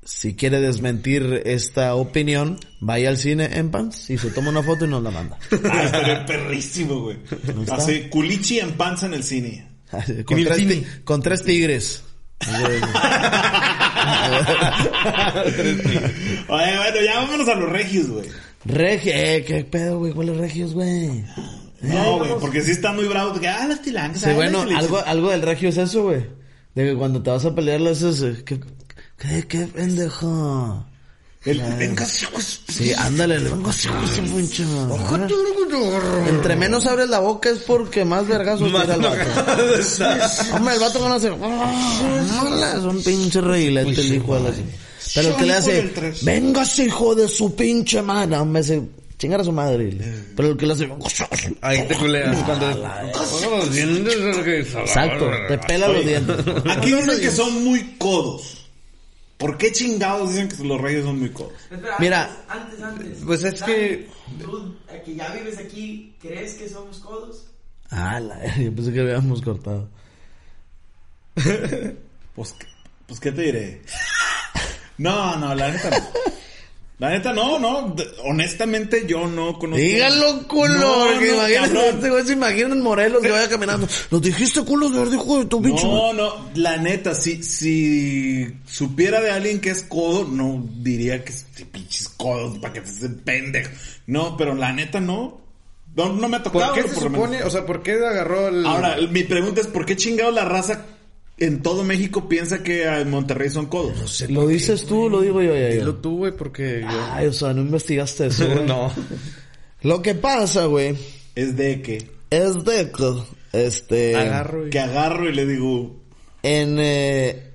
Speaker 2: si quiere desmentir esta opinión, vaya al cine en pants y se toma una foto y nos
Speaker 1: <laughs>
Speaker 2: la manda.
Speaker 3: Ah, estaría perrísimo, güey.
Speaker 2: está.
Speaker 3: Así, culichi en pants en
Speaker 1: <laughs>
Speaker 3: el cine.
Speaker 2: Con,
Speaker 1: el
Speaker 2: tres,
Speaker 1: cine.
Speaker 2: ti- con
Speaker 1: <laughs>
Speaker 2: tres tigres.
Speaker 3: Oye, bueno, ya vámonos a los regios, güey.
Speaker 2: Regi, eh, qué pedo, güey, ¿cuáles regios, güey?
Speaker 3: No, güey, porque sí está muy bravo. porque, ah, las tilangas.
Speaker 2: Sí,
Speaker 3: ah,
Speaker 2: bueno,
Speaker 3: las tilangas.
Speaker 2: algo, algo del regio es eso, güey. De que cuando te vas a pelear lo haces, eh, ¿qué, qué, qué pendejo?
Speaker 3: El- pues, venga,
Speaker 1: Ah.
Speaker 3: sí, güey.
Speaker 2: Sí, ándale, le vengo así, güey, ese pinche. Entre menos abres la boca es porque más vergazos tira el vato. Hombre, el vato conoce. "Oh, Es un pinche reguilete el hijo de la... Pero que le
Speaker 3: Hijo
Speaker 2: hace,
Speaker 3: del tres.
Speaker 2: vengase hijo de su pinche madre. Hombre, se chingar a su madre. Pero el que le hace,
Speaker 1: Ahí te culeas <laughs> cuando. Oh, los dientes, es lo que-
Speaker 2: exacto, te pela los dientes.
Speaker 3: <laughs> Aquí dicen que son muy codos. ¿Por qué chingados dicen que los reyes son muy codos?
Speaker 4: Espera,
Speaker 2: Mira,
Speaker 4: antes, antes, antes.
Speaker 1: pues es
Speaker 4: Dani,
Speaker 1: que-
Speaker 4: Tú, eh, que ya vives aquí, ¿crees que somos codos?
Speaker 2: Ah, la, yo pensé que habíamos cortado.
Speaker 3: Pues, ¿qué- pues ¿qué te diré? <laughs> No, no, la neta no. La neta no, no. De- Honestamente yo no conozco.
Speaker 2: Dígalo, culo.
Speaker 3: No,
Speaker 2: porque
Speaker 3: no,
Speaker 2: imagínate,
Speaker 3: cabrón.
Speaker 2: este güey se imagina en Morelos que vaya caminando. Los dijiste, culo, de verde, hijo de tu pinche.
Speaker 3: No, no, la neta, si, si supiera de alguien que es codo, no diría que este pinches codos para que te hacen pendejo. No, pero la neta no. No, no me ha tocado.
Speaker 1: ¿Por qué se
Speaker 3: por lo menos.
Speaker 1: supone? O sea, ¿por qué agarró el.
Speaker 3: Ahora, mi pregunta es, ¿por qué chingados la raza en todo México piensa que en Monterrey son codos?
Speaker 2: Lo dices tú, lo digo yo, ya, yo.
Speaker 1: Lo tuve porque. yo-
Speaker 2: Ay, o sea, no investigaste eso. güey.
Speaker 1: <laughs> no.
Speaker 2: Lo que pasa, güey,
Speaker 3: Es de que,
Speaker 2: es de que,
Speaker 1: <laughs>
Speaker 2: este,
Speaker 1: Agarro y.
Speaker 3: que agarro y le digo,
Speaker 2: en, eh,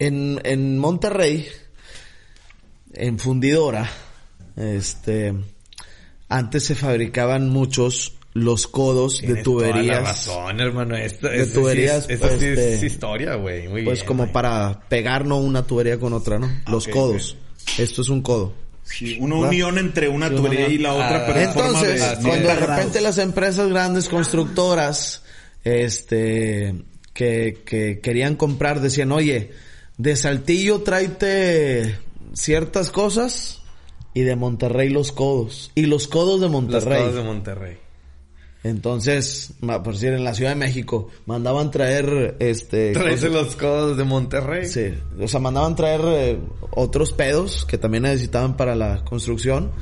Speaker 2: en, en Monterrey, en fundidora, este, antes se fabricaban muchos los codos de
Speaker 1: Tienes toda la
Speaker 2: tuberías.
Speaker 1: razón, hermano. Esto,
Speaker 2: De
Speaker 1: esto sí
Speaker 2: tuberías,
Speaker 1: es, esto sí es
Speaker 2: este,
Speaker 1: historia, güey. Muy
Speaker 2: Pues
Speaker 1: bien,
Speaker 2: como
Speaker 1: güey.
Speaker 2: para pegar no una tubería con otra, ¿no?
Speaker 1: Ah,
Speaker 2: Los
Speaker 3: ok,
Speaker 2: codos. Esto es un codo.
Speaker 3: sí, una unión entre una tubería y la otra,
Speaker 1: Ah,
Speaker 3: pero en forma
Speaker 2: Entonces,
Speaker 3: de...
Speaker 1: así
Speaker 2: cuando de
Speaker 1: es.
Speaker 2: repente las empresas grandes constructoras, este, que, que querían comprar, decían, oye, de Saltillo tráete ciertas cosas y de Monterrey los codos. Y los codos de
Speaker 1: Las
Speaker 2: Monterrey.
Speaker 1: cosas de Monterrey.
Speaker 2: Entonces, ma- por decir, en la Ciudad de México, mandaban traer, este...
Speaker 1: Traerse
Speaker 2: cosas-
Speaker 1: los codos de Monterrey.
Speaker 2: Sí, o sea, mandaban traer eh, otros pedos que también necesitaban para la construcción.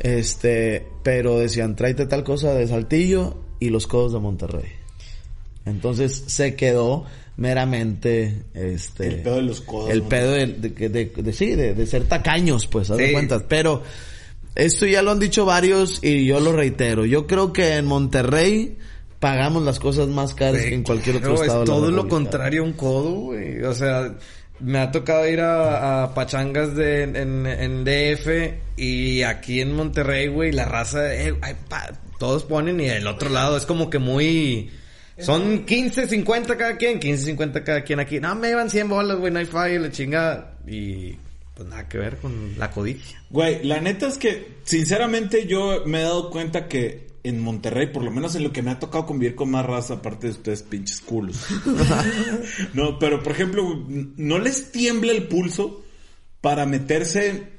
Speaker 2: Este, pero decían, tráete tal cosa de Saltillo y los codos de Monterrey. Entonces se quedó meramente este
Speaker 3: El pedo de los codos,
Speaker 2: El
Speaker 3: ¿no?
Speaker 2: pedo de, de- de- de- sí, de, de ser tacaños, pues, haz de
Speaker 1: Sí.
Speaker 2: cuentas. Pero esto ya lo han dicho varios y yo lo reitero. Yo creo que en Monterrey pagamos las cosas más caras que en cualquier otro
Speaker 1: Claro,
Speaker 2: estado.
Speaker 1: Es
Speaker 2: de la
Speaker 1: todo lo
Speaker 2: República.
Speaker 1: contrario a un codo, güey. O sea, me ha tocado ir a, a pachangas de, en, en DF y aquí en Monterrey, güey, la raza, eh, ay, pa- todos ponen y del otro lado es como que muy... Son 15, 50 cada quien, 15, 50 cada quien aquí. No, me iban 100 bolas, güey, no hay fallo, la chinga. Y pues nada que ver con la codicia.
Speaker 3: Güey, la neta es que, sinceramente, yo me he dado cuenta que en Monterrey, por lo menos en lo que me ha tocado convivir con más raza, aparte de ustedes, pinches culos. no, pero por ejemplo, güey, no les tiembla el pulso para meterse,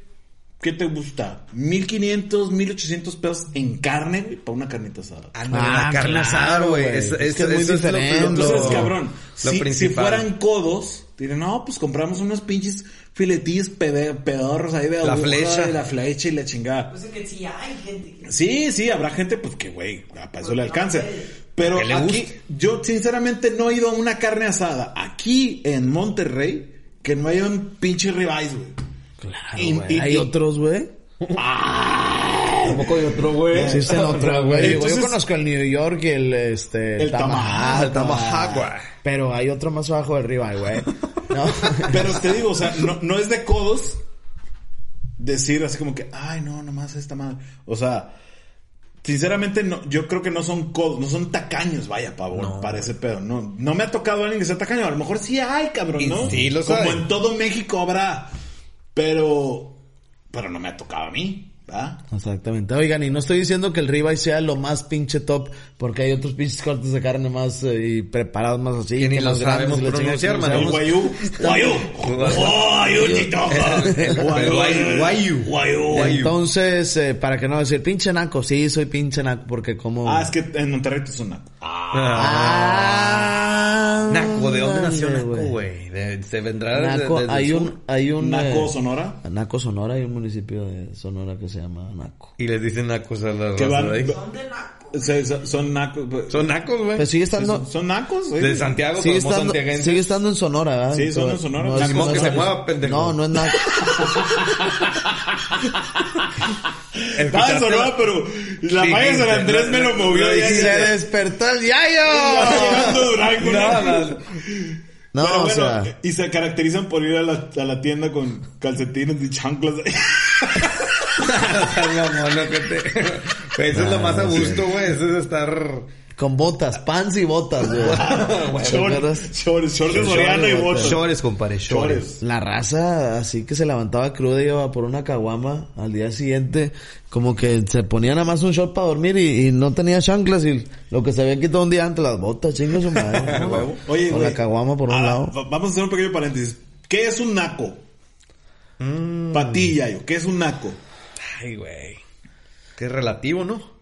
Speaker 3: ¿qué te gusta? 1500, 1800 pesos en carne, güey, para una carnita asada.
Speaker 1: la carne
Speaker 2: claro,
Speaker 1: asada, Ah, güey.
Speaker 2: güey.
Speaker 1: Es,
Speaker 2: Es que es muy
Speaker 1: eso lo-
Speaker 2: diferente.
Speaker 1: lo-
Speaker 3: Entonces,
Speaker 2: Lo-
Speaker 3: cabrón,
Speaker 1: lo
Speaker 3: si, si
Speaker 1: principal.
Speaker 3: fueran codos, dirían, no, pues compramos unos pinches filetillos pede- pedorros ahí de
Speaker 1: La
Speaker 3: aguja,
Speaker 1: flecha.
Speaker 3: de la flecha y la chingada.
Speaker 4: O sea que sí hay gente que...
Speaker 3: Sí, sí, habrá gente, pues que güey, para eso le alcanza. Pero
Speaker 1: Que le
Speaker 3: aquí,
Speaker 1: guste.
Speaker 3: yo sinceramente no he ido a una carne asada aquí en Monterrey que no haya un pinche ribeyes, güey.
Speaker 2: Claro,
Speaker 3: Y-
Speaker 2: Ah, güey.
Speaker 3: y-
Speaker 2: Hay
Speaker 3: y-
Speaker 2: otros, güey.
Speaker 1: Ah,
Speaker 2: Tampoco hay otro, güey.
Speaker 1: <laughs>
Speaker 2: Existen otros, güey.
Speaker 3: Entonces-
Speaker 2: Yo conozco el New York y el, este...
Speaker 3: El Tomahawk,
Speaker 2: el
Speaker 1: Tomahawk, güey.
Speaker 2: Pero hay otro más abajo del
Speaker 1: <laughs>
Speaker 2: rival, güey. ¿No? <laughs>
Speaker 3: Pero te digo, o sea, no, no es de codos decir así como que, ay, no, nomás esta madre. O sea, sinceramente, no, yo creo que no son codos, no son tacaños, vaya, pavor, para ese pedo. No, no me ha tocado alguien que sea tacaño. A lo mejor sí hay, cabrón,
Speaker 1: Y
Speaker 3: ¿no?
Speaker 1: sí los
Speaker 3: como
Speaker 1: hay.
Speaker 3: en todo México habrá. Pero, pero no me ha tocado a mí, ¿verdad?
Speaker 2: Exactamente. Oigan, y no estoy diciendo que el ribeye sea lo más pinche top, porque hay otros pinches cortes de carne más eh, y preparados más así.
Speaker 1: Que ni
Speaker 2: que
Speaker 1: los
Speaker 2: más grandes
Speaker 1: sabemos
Speaker 2: y la
Speaker 1: pronunciar,
Speaker 2: chingada que no
Speaker 1: mano.
Speaker 3: El
Speaker 2: sabemos.
Speaker 3: guayú, guayú, guayú,
Speaker 1: <laughs>
Speaker 3: Tito.
Speaker 1: guayú, guayú.
Speaker 3: guayú, guayú.
Speaker 2: Entonces, eh, para que no decir, pinche naco, sí, soy pinche naco, porque como...
Speaker 3: Ah, es que en Monterrey tú son naco.
Speaker 1: Ah,
Speaker 2: Ah,
Speaker 1: Naco, ¿de dónde
Speaker 2: ándale,
Speaker 1: nació Naco, güey? De- ¿Se vendrá de-
Speaker 2: Naco,
Speaker 1: desde
Speaker 2: hay
Speaker 1: el
Speaker 2: un,
Speaker 1: sur?
Speaker 2: hay un...
Speaker 3: Naco,
Speaker 2: eh,
Speaker 3: Sonora.
Speaker 2: Naco Sonora, hay un municipio de Sonora que se llama Naco.
Speaker 1: Y les dicen nacos a la
Speaker 3: Que
Speaker 1: raza
Speaker 3: van,
Speaker 1: de ahí.
Speaker 4: Son de naco.
Speaker 3: se- se- son nacos. pues.
Speaker 1: Son nacos, güey.
Speaker 2: Pero Pues sigue
Speaker 3: Sí,
Speaker 2: estando...
Speaker 3: son, son nacos, güey.
Speaker 1: De Santiago,
Speaker 2: Sigue
Speaker 1: como
Speaker 2: estando,
Speaker 1: santiaguenses.
Speaker 2: sigue estando en Sonora, ¿verdad?
Speaker 3: Sí, son en Sonora.
Speaker 2: es-
Speaker 3: Ni modo que
Speaker 2: es-
Speaker 3: se
Speaker 1: mueva, pendejo.
Speaker 2: No, no es Naco.
Speaker 3: Estaba en
Speaker 1: ¿Escuchaste?
Speaker 3: Sonora, Ah, pero la
Speaker 1: Sí,
Speaker 3: vaya San Andrés me lo movió. y
Speaker 2: Y
Speaker 1: <laughs>
Speaker 3: ahí
Speaker 2: se
Speaker 3: está.
Speaker 2: <laughs> despertó el
Speaker 3: Estaba
Speaker 2: yayo.
Speaker 3: llegando Durango,
Speaker 1: No,
Speaker 3: ¿no?
Speaker 1: no.
Speaker 2: No,
Speaker 3: Pero
Speaker 2: o
Speaker 3: bueno, eh.
Speaker 2: sea...
Speaker 3: y se caracterizan por ir a la, a la tienda con calcetines y chanclas.
Speaker 2: <laughs>
Speaker 1: Mamón, que te... <laughs> Güey, Eso es lo
Speaker 2: Ah,
Speaker 1: más a gusto, güey. Eso es estar...
Speaker 2: Con botas, pants y botas, güey.
Speaker 3: <laughs>
Speaker 2: ¿Te
Speaker 3: Short,
Speaker 2: acuerdas?
Speaker 3: short, short de Soriana y botas.
Speaker 1: Shores, compadre, shores.
Speaker 3: Shorts.
Speaker 2: La raza así que se levantaba cruda y iba por una caguama al día siguiente, como que se ponía nada más un short para dormir y, y no tenía chanclas y lo que se había quitado un día antes, las botas, chingas su
Speaker 3: <laughs>
Speaker 2: madre. ¿no?
Speaker 3: Oye,
Speaker 2: Con
Speaker 3: güey.
Speaker 2: la caguama por un
Speaker 3: Ah,
Speaker 2: lado.
Speaker 3: va- Vamos a hacer un pequeño paréntesis. ¿Qué es un naco?
Speaker 2: Mm.
Speaker 3: Patilla, yo. ¿Qué es un naco?
Speaker 1: Ay, güey. Qué relativo, ¿no?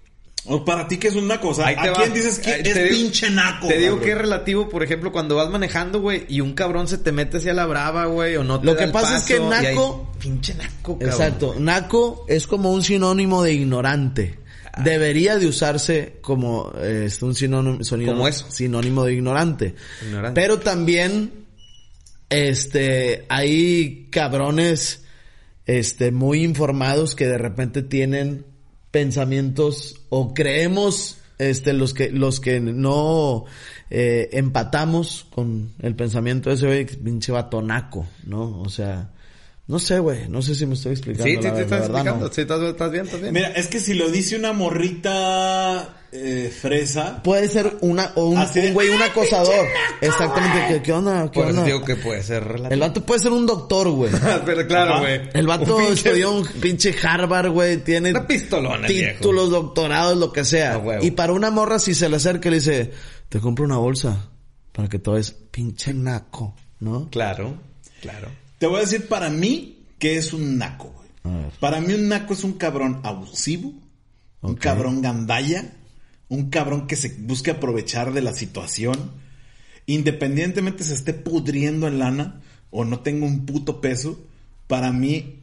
Speaker 3: O para ti, ¿qué es un naco? O sea,
Speaker 1: Ahí te
Speaker 3: ¿a
Speaker 1: va.
Speaker 3: quién dices que
Speaker 1: Ahí
Speaker 3: es
Speaker 1: te digo-
Speaker 3: pinche naco?
Speaker 1: Te digo
Speaker 3: cabrón?
Speaker 1: que es relativo, por ejemplo, cuando vas manejando, güey, y un cabrón se te mete hacia la brava, güey, o no te
Speaker 2: Lo
Speaker 1: da
Speaker 2: que
Speaker 1: el
Speaker 2: pasa es
Speaker 1: paso,
Speaker 2: que
Speaker 1: y ahí-
Speaker 2: naco-
Speaker 1: Pinche naco, cabrón.
Speaker 2: Exacto. Naco es como un sinónimo de ignorante. Debería de usarse como eh, es un sinónimo, sonido-
Speaker 1: Como eso.
Speaker 2: sinónimo de ignorante.
Speaker 1: Ignorante.
Speaker 2: Pero también, este, hay cabrones, este, muy informados que de repente tienen pensamientos o creemos, este, los que, los que no eh, empatamos con el pensamiento de ese güey, pinche batonaco, ¿no? O sea, no sé, güey, no sé si me estoy explicando.
Speaker 1: Sí, sí,
Speaker 2: la
Speaker 1: te
Speaker 2: verdad,
Speaker 1: estás
Speaker 2: la verdad no.
Speaker 1: explicando. Sí, estás estás bien, estás bien.
Speaker 3: Mira, es que si lo dice una morrita eh, fresa,
Speaker 2: Puede ser una, o un,
Speaker 3: Así de,
Speaker 2: un güey,
Speaker 1: "Ah,
Speaker 2: un acosador. Exactamente, ¿qué, qué onda? ¿Qué
Speaker 1: por eso
Speaker 2: onda?
Speaker 1: digo que puede ser relativo.
Speaker 2: pues, El vato puede ser un doctor, güey.
Speaker 1: <laughs> Pero claro,
Speaker 3: Ajá.
Speaker 1: güey.
Speaker 2: El vato
Speaker 1: Un pinche-
Speaker 2: estudió un pinche Harvard, güey. Tiene
Speaker 1: Una pistolona,
Speaker 2: títulos, doctorados, lo que sea.
Speaker 1: A huevo.
Speaker 2: Y para una morra, si se le acerca y le dice, te compro una bolsa para que todo es pinche naco, ¿no?
Speaker 1: Claro, claro.
Speaker 3: te voy a decir para mí que es un naco, güey.
Speaker 2: A ver.
Speaker 3: Para mí un naco es un cabrón abusivo, un
Speaker 2: Ok.
Speaker 3: cabrón gandalla, Un cabrón que se busque aprovechar de la situación. Independientemente se esté pudriendo en lana o no tenga un puto peso. Para mí,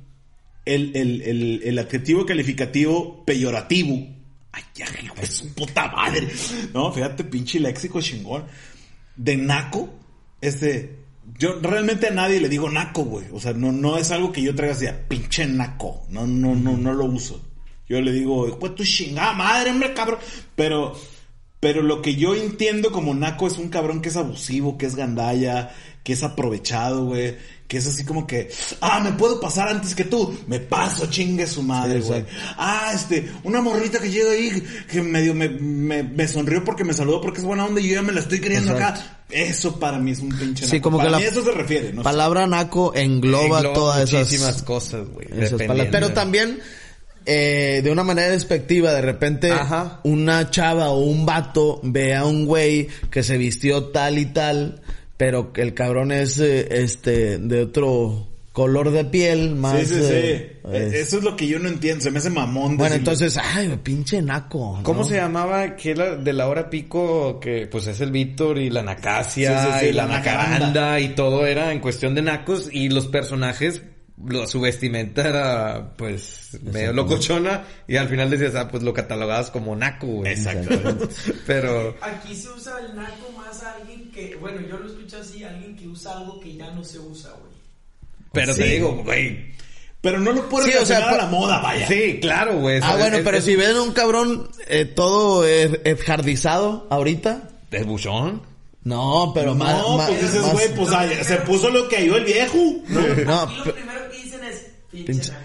Speaker 3: el, el, el, el adjetivo calificativo peyorativo. Ay, ya, hijo de su puta madre. No, fíjate, pinche léxico chingón. De naco, este. Yo realmente a nadie le digo naco, güey. O sea, no, no es algo que yo traiga así, a pinche naco. No, no, no, no lo uso. Yo le digo, pues tu chingada madre, hombre, cabrón. Pero, pero lo que yo entiendo como naco es un cabrón que es abusivo, que es gandalla, que es aprovechado, güey. Que es así como que, ah, me puedo pasar antes que tú. Me paso, chingue su madre,
Speaker 2: Sí,
Speaker 3: güey.
Speaker 2: exacto.
Speaker 3: Ah, este, una morrita que llega ahí, que medio me, me, me sonrió porque me saludó porque es buena onda y yo ya me la estoy creyendo acá. Eso para mí es un pinche
Speaker 2: Sí,
Speaker 3: naco.
Speaker 2: como
Speaker 3: Para
Speaker 2: que la
Speaker 3: mí a eso se refiere, ¿no?
Speaker 2: palabra naco engloba,
Speaker 1: Engloba
Speaker 2: todas
Speaker 1: muchísimas
Speaker 2: esas,
Speaker 1: cosas, güey.
Speaker 2: esas palabras.
Speaker 1: dependiendo.
Speaker 2: Pero también, eh, de una manera despectiva, de repente,
Speaker 1: Ajá.
Speaker 2: una chava o un vato ve a un güey que se vistió tal y tal, pero que el cabrón es, eh, este, de otro color de piel, más...
Speaker 3: Sí, sí, sí.
Speaker 2: eh, es-
Speaker 3: E- Eso es lo que yo no entiendo. Se me hace mamón.
Speaker 2: Bueno,
Speaker 3: decirlo.
Speaker 2: entonces, ay, pinche naco. ¿no? Ah,
Speaker 1: ¿Cómo se llamaba aquel de la hora pico que pues es el Víctor y la Nacacia
Speaker 3: Sí, sí, sí,
Speaker 1: y la,
Speaker 3: la
Speaker 1: Nacaranda
Speaker 3: Nacaranda
Speaker 1: y todo era en cuestión de nacos y los personajes lo- su vestimenta era pues medio locochona y al final decías ah pues lo catalogabas como naco güey.
Speaker 3: Exactamente.
Speaker 1: <laughs> pero
Speaker 4: Aquí se usa el naco más a alguien que, bueno, yo lo escucho así, alguien que usa algo que ya no se usa, güey.
Speaker 1: pero te digo güey
Speaker 3: Pero no lo puedes
Speaker 2: Sí, o sea,
Speaker 3: relacionar a la
Speaker 2: por-
Speaker 3: moda, vaya.
Speaker 1: sí claro güey
Speaker 2: Ah,
Speaker 1: Es-
Speaker 2: bueno,
Speaker 1: es-
Speaker 2: pero
Speaker 1: es-
Speaker 2: si ven a un cabrón eh, todo eh, jardizado ahorita,
Speaker 1: es buchón
Speaker 2: no, pero
Speaker 3: No,
Speaker 2: más... más-
Speaker 3: pues dices,
Speaker 2: más-
Speaker 3: güey, pues ay, se puso lo que yo el viejo.
Speaker 1: pues.
Speaker 3: No.
Speaker 1: <laughs>
Speaker 2: <laughs> No,
Speaker 4: Aquí lo
Speaker 2: pe-
Speaker 4: primero que dicen es, pinche
Speaker 2: Pinche-
Speaker 4: naco.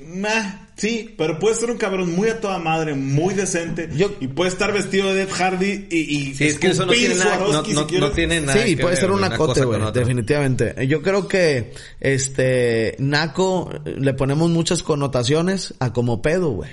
Speaker 3: Nah, sí, pero puede ser un cabrón muy a toda madre, muy decente.
Speaker 2: Yo-
Speaker 3: y puede estar vestido de Ed Hardy y. y
Speaker 1: sí es que eso no
Speaker 3: escupir
Speaker 1: tiene nada no,
Speaker 3: Swarovski
Speaker 1: no-
Speaker 3: si quieres.
Speaker 1: no tiene nada
Speaker 2: sí,
Speaker 1: que
Speaker 2: puede
Speaker 1: ver,
Speaker 2: ser
Speaker 1: güey,
Speaker 2: un
Speaker 1: una cosa
Speaker 2: acote,
Speaker 1: con
Speaker 2: güey,
Speaker 1: otra.
Speaker 2: definitivamente. Yo creo que, este, naco, eh, le ponemos muchas connotaciones a como pedo, güey.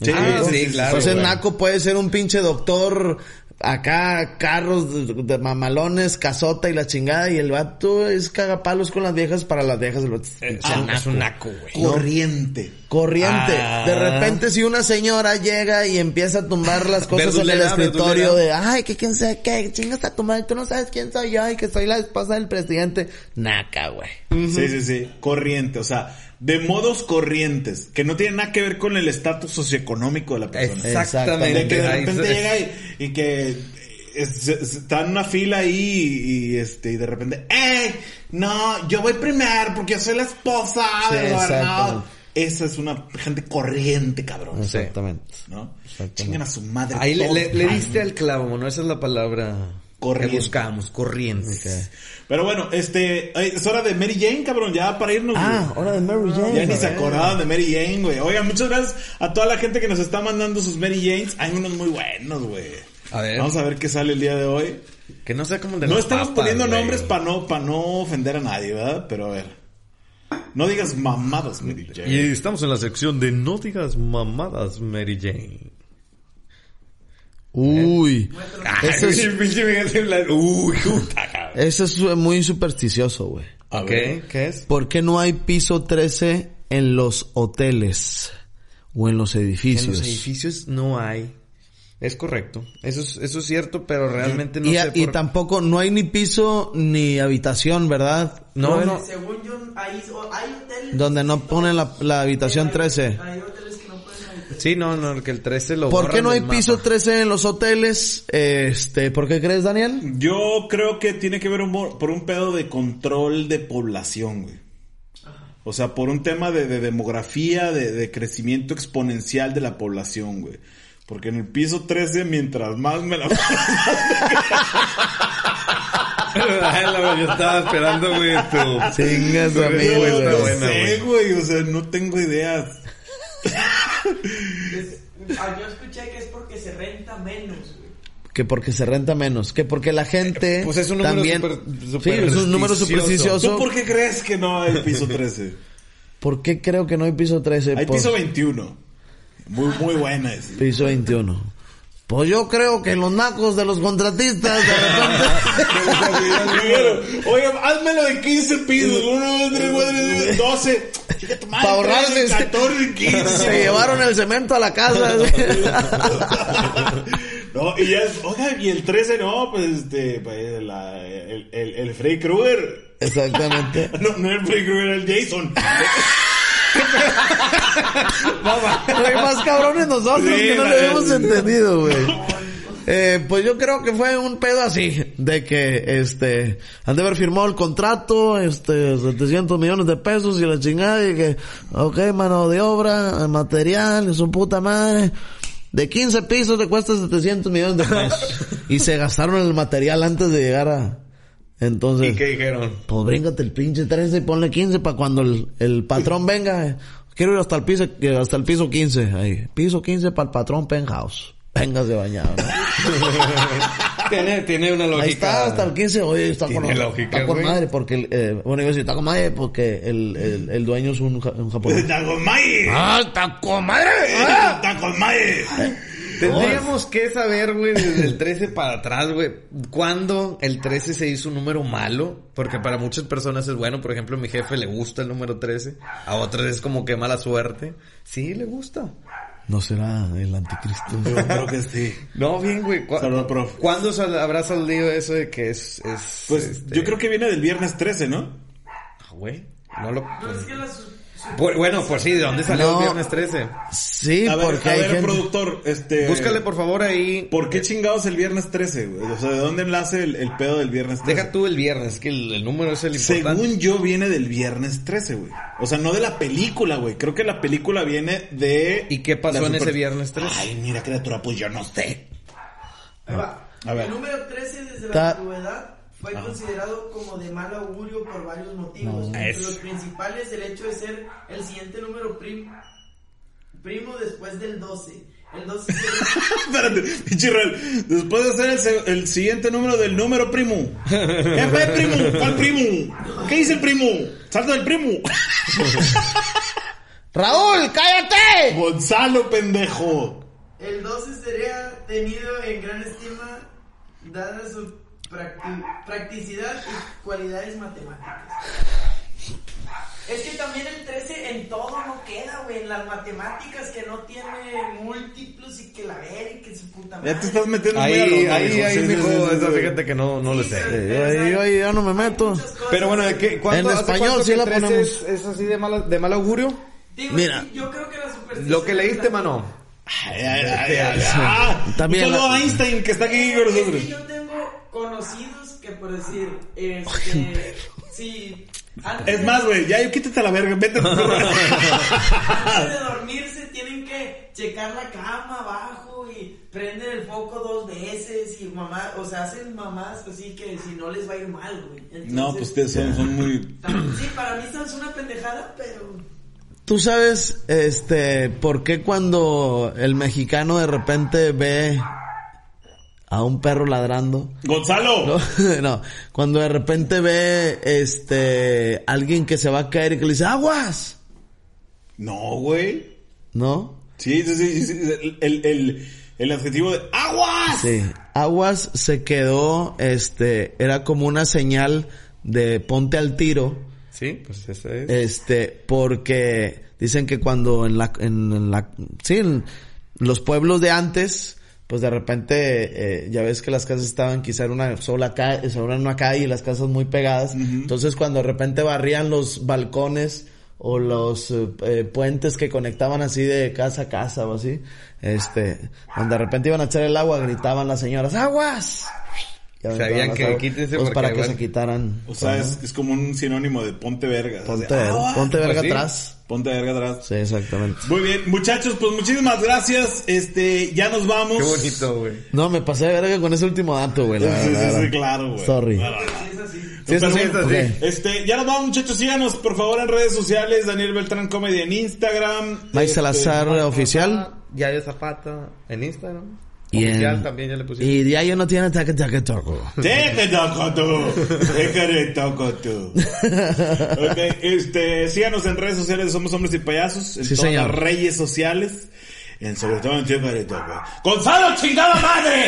Speaker 3: Sí,
Speaker 1: Ah, sí, claro,
Speaker 2: Entonces,
Speaker 1: güey.
Speaker 2: naco puede ser un pinche doctor, acá, carros de, de mamalones, casota y la chingada, y el vato es cagapalos con las viejas para las viejas. el vato es
Speaker 1: Eh,
Speaker 2: pinche
Speaker 1: ah, es
Speaker 2: naco.
Speaker 1: un naco güey
Speaker 3: Corriente.
Speaker 2: Corriente.
Speaker 1: Ah.
Speaker 2: De repente, si una señora llega y empieza a
Speaker 1: <laughs>
Speaker 2: tumbar las cosas en el
Speaker 1: Verdulera,
Speaker 2: escritorio de,
Speaker 1: verdulera.
Speaker 2: ay, que quién sabe qué, chingas a tu madre, tú no sabes quién soy yo y que soy la esposa del presidente. Naca, güey.
Speaker 3: Sí, sí, sí. Corriente. O sea, de modos corrientes. Que no tiene nada que ver con el estatus socioeconómico de la persona.
Speaker 1: exactamente
Speaker 3: De que de
Speaker 1: Ahí
Speaker 3: repente
Speaker 1: se-
Speaker 3: llega y, y que es- se- se- está en una fila ahí y, y, este y de repente, ¡Ey! No, yo voy primero porque yo soy la esposa
Speaker 2: Sí,
Speaker 3: del gobernador.
Speaker 2: exactamente.
Speaker 3: Esa es una gente corriente, cabrón.
Speaker 2: Exactamente.
Speaker 3: ¿No? Chingan a su madre.
Speaker 1: Ahí le,
Speaker 3: todos,
Speaker 1: le- le
Speaker 3: man.
Speaker 1: diste al clavo, ¿no? Esa es la palabra
Speaker 3: Corriente.
Speaker 1: que buscábamos, corriente.
Speaker 3: Pero bueno, este, ay, es hora de Mary Jane, cabrón, ya para irnos.
Speaker 2: Ah,
Speaker 3: güey.
Speaker 2: hora de Mary Jane.
Speaker 3: Ya ni se acordaban de Mary Jane, güey. Oigan, muchas gracias a toda la gente que nos está mandando sus Mary Janes. Hay unos muy buenos, güey.
Speaker 1: A ver.
Speaker 3: Vamos a ver qué sale el día de hoy.
Speaker 1: Que no sea como el de
Speaker 3: No
Speaker 1: las
Speaker 3: estamos
Speaker 1: papas,
Speaker 3: poniendo
Speaker 1: güey.
Speaker 3: nombres para no, pa no ofender a nadie, ¿verdad? Pero a ver. No digas mamadas, Mary Jane.
Speaker 1: <laughs> Y estamos en la sección de no digas mamadas, Mary Jane.
Speaker 2: Uy. Ese es,
Speaker 1: Uy, puta, cabrón.
Speaker 2: ese es muy supersticioso, güey.
Speaker 3: A
Speaker 1: ¿Qué? ¿Qué es?
Speaker 2: ¿Por qué no hay piso 13 en los hoteles o en los
Speaker 1: En
Speaker 2: edificios?
Speaker 1: los edificios no hay. Es correcto. Eso es, eso es cierto, pero realmente no
Speaker 2: Y,
Speaker 1: sé
Speaker 2: y
Speaker 1: por-
Speaker 2: tampoco, no hay ni piso ni habitación, ¿verdad?
Speaker 1: No, no.
Speaker 4: Según yo, ahí, o- hay hoteles.
Speaker 2: Donde no ponen la, la habitación
Speaker 4: Hay-
Speaker 2: 13.
Speaker 4: Hay hoteles que no pueden habitar.
Speaker 1: Sí, no, no, que el 13 lo
Speaker 2: ¿Por
Speaker 1: borran
Speaker 2: qué no hay
Speaker 1: del
Speaker 2: piso
Speaker 1: mapa.
Speaker 2: 13 en los hoteles? Este, ¿por qué crees, Daniel?
Speaker 3: Yo creo que tiene que ver un mo- por un pedo de control de población, güey. O sea, por un tema de, de demografía, de, de crecimiento exponencial de la población, güey. Porque en el piso 13, mientras
Speaker 1: <laughs>
Speaker 3: más me la...
Speaker 1: <laughs> Ay, la- Yo estaba esperando, güey, tu... <laughs>
Speaker 2: Chingas,
Speaker 1: tu
Speaker 2: amigo, güey.
Speaker 1: respuesta
Speaker 3: no
Speaker 1: buena,
Speaker 3: sé,
Speaker 1: güey.
Speaker 3: güey. O sea, no tengo ideas.
Speaker 4: Es- ah, yo escuché que es porque se renta menos, güey.
Speaker 2: Que porque se renta menos, que porque la gente
Speaker 1: Pues es un número
Speaker 2: también
Speaker 1: super-
Speaker 2: Sí,
Speaker 1: super
Speaker 2: es un número
Speaker 1: supersticioso.
Speaker 2: supersticioso.
Speaker 3: ¿Tú por qué crees que no hay
Speaker 1: <laughs>
Speaker 3: piso 13?
Speaker 2: ¿Por qué creo que no hay piso 13?
Speaker 3: Hay
Speaker 2: Por-
Speaker 3: piso 21. Muy, muy buena esa. <laughs>
Speaker 2: piso 21. Pues yo creo que los nacos de los contratistas de
Speaker 1: <laughs>
Speaker 2: repente
Speaker 3: Primero, Oye, házmelo de 15 pisos. Uno, dos, tres, cuatro, cinco, 12. Chica tu madre.
Speaker 2: Para ahorrarse.
Speaker 3: tres, 14, 15.
Speaker 2: Se llevaron el cemento a la casa.
Speaker 1: <laughs>
Speaker 2: <laughs>
Speaker 3: No, y ya, es, oiga, y el 13, no, pues este, pues, la- el, el, el Freddy Krueger.
Speaker 2: Exactamente.
Speaker 3: No, no el Freddy Krueger, el Jason.
Speaker 2: Hay más cabrones nosotros
Speaker 3: Sí,
Speaker 2: que no
Speaker 3: la
Speaker 2: lo
Speaker 3: verdad.
Speaker 2: habíamos entendido, güey. Eh, pues yo creo que fue un pedo así, de que, este, han de haber firmado el contrato, este, 700 millones de pesos y la chingada, y que, ok, mano de obra, material, su puta madre, de 15 pisos te cuesta 700 millones
Speaker 3: <laughs>
Speaker 2: de pesos. y se gastaron el material antes de llegar a, entonces.
Speaker 1: ¿Y qué dijeron?
Speaker 2: Pues bríngate el pinche 13 y ponle 15 para cuando el,
Speaker 3: <laughs>
Speaker 2: el patrón venga. eh, Quiero ir hasta el piso, eh, hasta el piso 15. Ahí. Piso 15 para el patrón penthouse. Véngase bañado. ¿no?
Speaker 1: tiene, tiene una lógica.
Speaker 2: Ahí está, hasta el 15. Oye, está
Speaker 1: Tiene
Speaker 2: con,
Speaker 1: lógica,
Speaker 2: está con
Speaker 1: güey.
Speaker 2: madre. Porque, eh, bueno, yo sí, está con madre porque el, el, el dueño es un, ja- un japonés.
Speaker 3: <laughs> ¡Tacomaye!
Speaker 2: ¡Ah, está con madre!
Speaker 3: ¡Tacomaye!
Speaker 1: Tendríamos que saber, güey, desde el 13 para atrás, güey, cuándo el 13 se hizo un número malo, porque para muchas personas es bueno, por ejemplo, a mi jefe le gusta el número 13, a otras es como que mala suerte. Sí, le gusta.
Speaker 2: No será el anticristo.
Speaker 3: Yo creo que sí.
Speaker 1: No, bien, güey. ¿cu-
Speaker 3: Saludos, prof.
Speaker 1: ¿Cuándo sal- habrá salido eso de que es... es
Speaker 3: Pues
Speaker 1: este,
Speaker 3: yo creo que viene del viernes 13, ¿no?
Speaker 1: ah, Güey, no lo...
Speaker 4: Pero es que la su- su-
Speaker 1: Por- bueno, pues sí, ¿de dónde salió
Speaker 2: No.
Speaker 1: el viernes 13?
Speaker 2: Sí,
Speaker 3: a ver,
Speaker 2: porque
Speaker 3: a
Speaker 2: hay
Speaker 3: ver,
Speaker 2: gente...
Speaker 3: productor, este...
Speaker 1: Búscale, por favor, ahí...
Speaker 3: ¿Por qué chingados el viernes 13, güey? O sea, ¿de dónde enlace el, el pedo del viernes 13?
Speaker 1: Deja tú el viernes, es que el, el número es el importante.
Speaker 3: Según yo, viene del viernes 13, güey. O sea, no de la película, güey. Creo que la película viene de...
Speaker 1: ¿Y qué pasó
Speaker 3: la
Speaker 1: en ese viernes 13?
Speaker 3: Ay, mira, criatura, pues yo no sé. <laughs>
Speaker 4: Ahí va.
Speaker 3: A ver.
Speaker 4: El número 13 desde
Speaker 2: Ta-
Speaker 4: la antigüedad fue considerado como de mal augurio por varios motivos. Entre
Speaker 1: Es-
Speaker 4: los principales, el hecho de ser el siguiente número prim- primo después del 12. El 12 se- <laughs>
Speaker 3: Espérate, pinche Israel. Después de hacer el, se- el siguiente número del número primo. ¿Qué fue primo? ¿Cuál primo? ¿Qué dice el primo? Salto del primo. <laughs>
Speaker 2: ¡Raúl, cállate!
Speaker 3: Gonzalo, pendejo.
Speaker 4: El 12 sería tenido en gran estima dada su practi- practicidad y cualidades matemáticas. Es que también el 13 en todo no queda, güey. En las matemáticas que no tiene múltiplos y que la ver y que su puta madre.
Speaker 3: Ya te estás metiendo
Speaker 1: Ahí,
Speaker 3: muy a lo
Speaker 1: ahí,
Speaker 3: loco,
Speaker 1: ahí,
Speaker 3: hijo. Sí, sí,
Speaker 1: mijo,
Speaker 3: sí, sí,
Speaker 1: esa,
Speaker 3: sí.
Speaker 1: fíjate que no, no lo
Speaker 4: Sí,
Speaker 1: sé.
Speaker 3: Eh,
Speaker 4: sí,
Speaker 2: Yo, yo, yo no me meto.
Speaker 4: muchas cosas.
Speaker 1: Pero bueno, ¿de qué, ¿cuánto,
Speaker 2: En
Speaker 1: hace
Speaker 2: español
Speaker 1: cuánto
Speaker 2: sí
Speaker 1: que
Speaker 2: la
Speaker 1: el 13
Speaker 2: ponemos.
Speaker 1: Es, es así de mal, de mal augurio.
Speaker 4: Digo,
Speaker 2: Mira.
Speaker 4: sí, yo creo que la superstición.
Speaker 1: Lo que leíste,
Speaker 4: es la-
Speaker 1: mano.
Speaker 3: Ay, ay, ay, ay, ay.
Speaker 2: También
Speaker 3: Un saludo
Speaker 2: la-
Speaker 3: a Einstein que está aquí con
Speaker 4: Es
Speaker 3: nosotros.
Speaker 4: que yo tengo conocidos que, por decir, este. sí. antes
Speaker 3: Es
Speaker 4: de-
Speaker 3: más, güey, ya quítate la verga, vete.
Speaker 4: Antes
Speaker 3: Ah.
Speaker 4: de dormirse tienen que checar la cama abajo y prenden el foco dos veces y mamá, o sea, hacen mamás así que si no les va a ir mal, güey.
Speaker 3: <laughs>
Speaker 4: Entonces,
Speaker 3: no, pues ustedes son, son muy...
Speaker 4: tam- Sí, para mí esto es una pendejada, pero
Speaker 2: Tú sabes, este, por qué cuando el mexicano de repente ve a un perro ladrando, <laughs>
Speaker 3: ¡Gonzalo!
Speaker 2: no, no, cuando de repente ve, este, alguien que se va a caer y que le dice aguas,
Speaker 3: No, güey.
Speaker 2: ¿no?
Speaker 3: Sí, sí, sí, sí, El, el, el adjetivo de aguas.
Speaker 2: Sí, aguas se quedó, este, era como una señal de ponte al tiro,
Speaker 1: Sí, pues ese es.
Speaker 2: Este, porque dicen que cuando en la, en, en la, sí, en los pueblos de antes, pues de repente, eh, ya ves que las casas estaban quizá en una sola calle, sobre una calle y las casas muy pegadas. Entonces cuando de repente barrían los balcones o los eh, eh, puentes que conectaban así de casa a casa o así, este, cuando de repente iban a echar el agua, gritaban las señoras, ¡aguas! Y aventaban
Speaker 1: Sabían
Speaker 2: las
Speaker 1: que
Speaker 2: aguas.
Speaker 1: quítense
Speaker 2: Pues
Speaker 1: porque
Speaker 2: para que
Speaker 1: igual-
Speaker 2: se quitaran.
Speaker 3: O sea,
Speaker 2: ¿no?
Speaker 3: es, es como un sinónimo de ponte verga.
Speaker 2: Ponte,
Speaker 3: O sea, aguas.
Speaker 2: ponte verga
Speaker 1: Pues sí.
Speaker 2: atrás.
Speaker 3: Ponte verga atrás.
Speaker 2: Sí, exactamente.
Speaker 3: Muy bien, muchachos, pues muchísimas gracias. Este, ya nos vamos.
Speaker 1: Qué bonito, güey.
Speaker 2: No, me pasé de verga con ese último dato, güey.
Speaker 3: Sí,
Speaker 2: la
Speaker 3: sí,
Speaker 2: verdad.
Speaker 3: sí, sí, claro, güey.
Speaker 2: Sorry.
Speaker 3: Claro.
Speaker 4: es así.
Speaker 2: Sí, es así,
Speaker 3: Pero bueno,
Speaker 2: ok.
Speaker 3: Este, ya nos vamos, muchachos. Síganos, por favor, en redes sociales. Daniel Beltrán Comedy en Instagram.
Speaker 2: Mike
Speaker 3: Este,
Speaker 2: Salazar oficial.
Speaker 1: Ah, Yayo Zapata en Instagram.
Speaker 2: Y en-
Speaker 1: Oficial también ya le pusiste. <laughs>
Speaker 2: Y ya yo no tiene taque taque toco. pues,
Speaker 3: Déjate toco tú. Déjate toco
Speaker 2: <laughs>
Speaker 3: tú. Ok, este, síganos en redes sociales. Somos hombres y payasos. En
Speaker 2: Sí,
Speaker 3: todas
Speaker 2: señor.
Speaker 3: las redes sociales. En, sobre todo en Tierra de Toco. ¡Gonzalo, chingada
Speaker 2: <laughs>
Speaker 3: madre!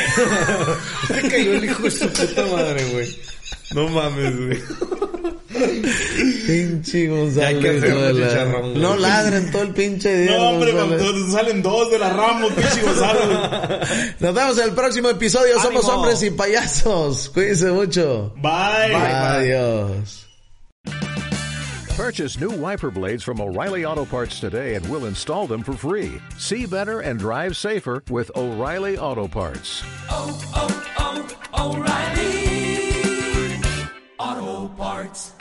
Speaker 1: Se cayó el hijo de su puta madre, güey. No mames, güey.
Speaker 2: Pinche González.
Speaker 1: Ya hay que hacer
Speaker 2: no,
Speaker 1: un
Speaker 2: la-
Speaker 1: chicharrón, güey.
Speaker 2: no ladren todo el pinche día.
Speaker 3: No, hombre,
Speaker 2: González.
Speaker 3: cuando salen dos de la Ramos, pinche
Speaker 2: <laughs>
Speaker 3: Gonzalo.
Speaker 2: Nos vemos en el próximo episodio. Somos
Speaker 1: ¡Ánimo!
Speaker 2: hombres y payasos. Cuídense mucho.
Speaker 3: Bye.
Speaker 2: Adiós.
Speaker 6: Purchase new wiper blades from O'Reilly Auto Parts today and we'll install them for free. See better and drive safer with O'Reilly Auto Parts.
Speaker 7: Oh, oh, oh, O'Reilly. Auto Parts.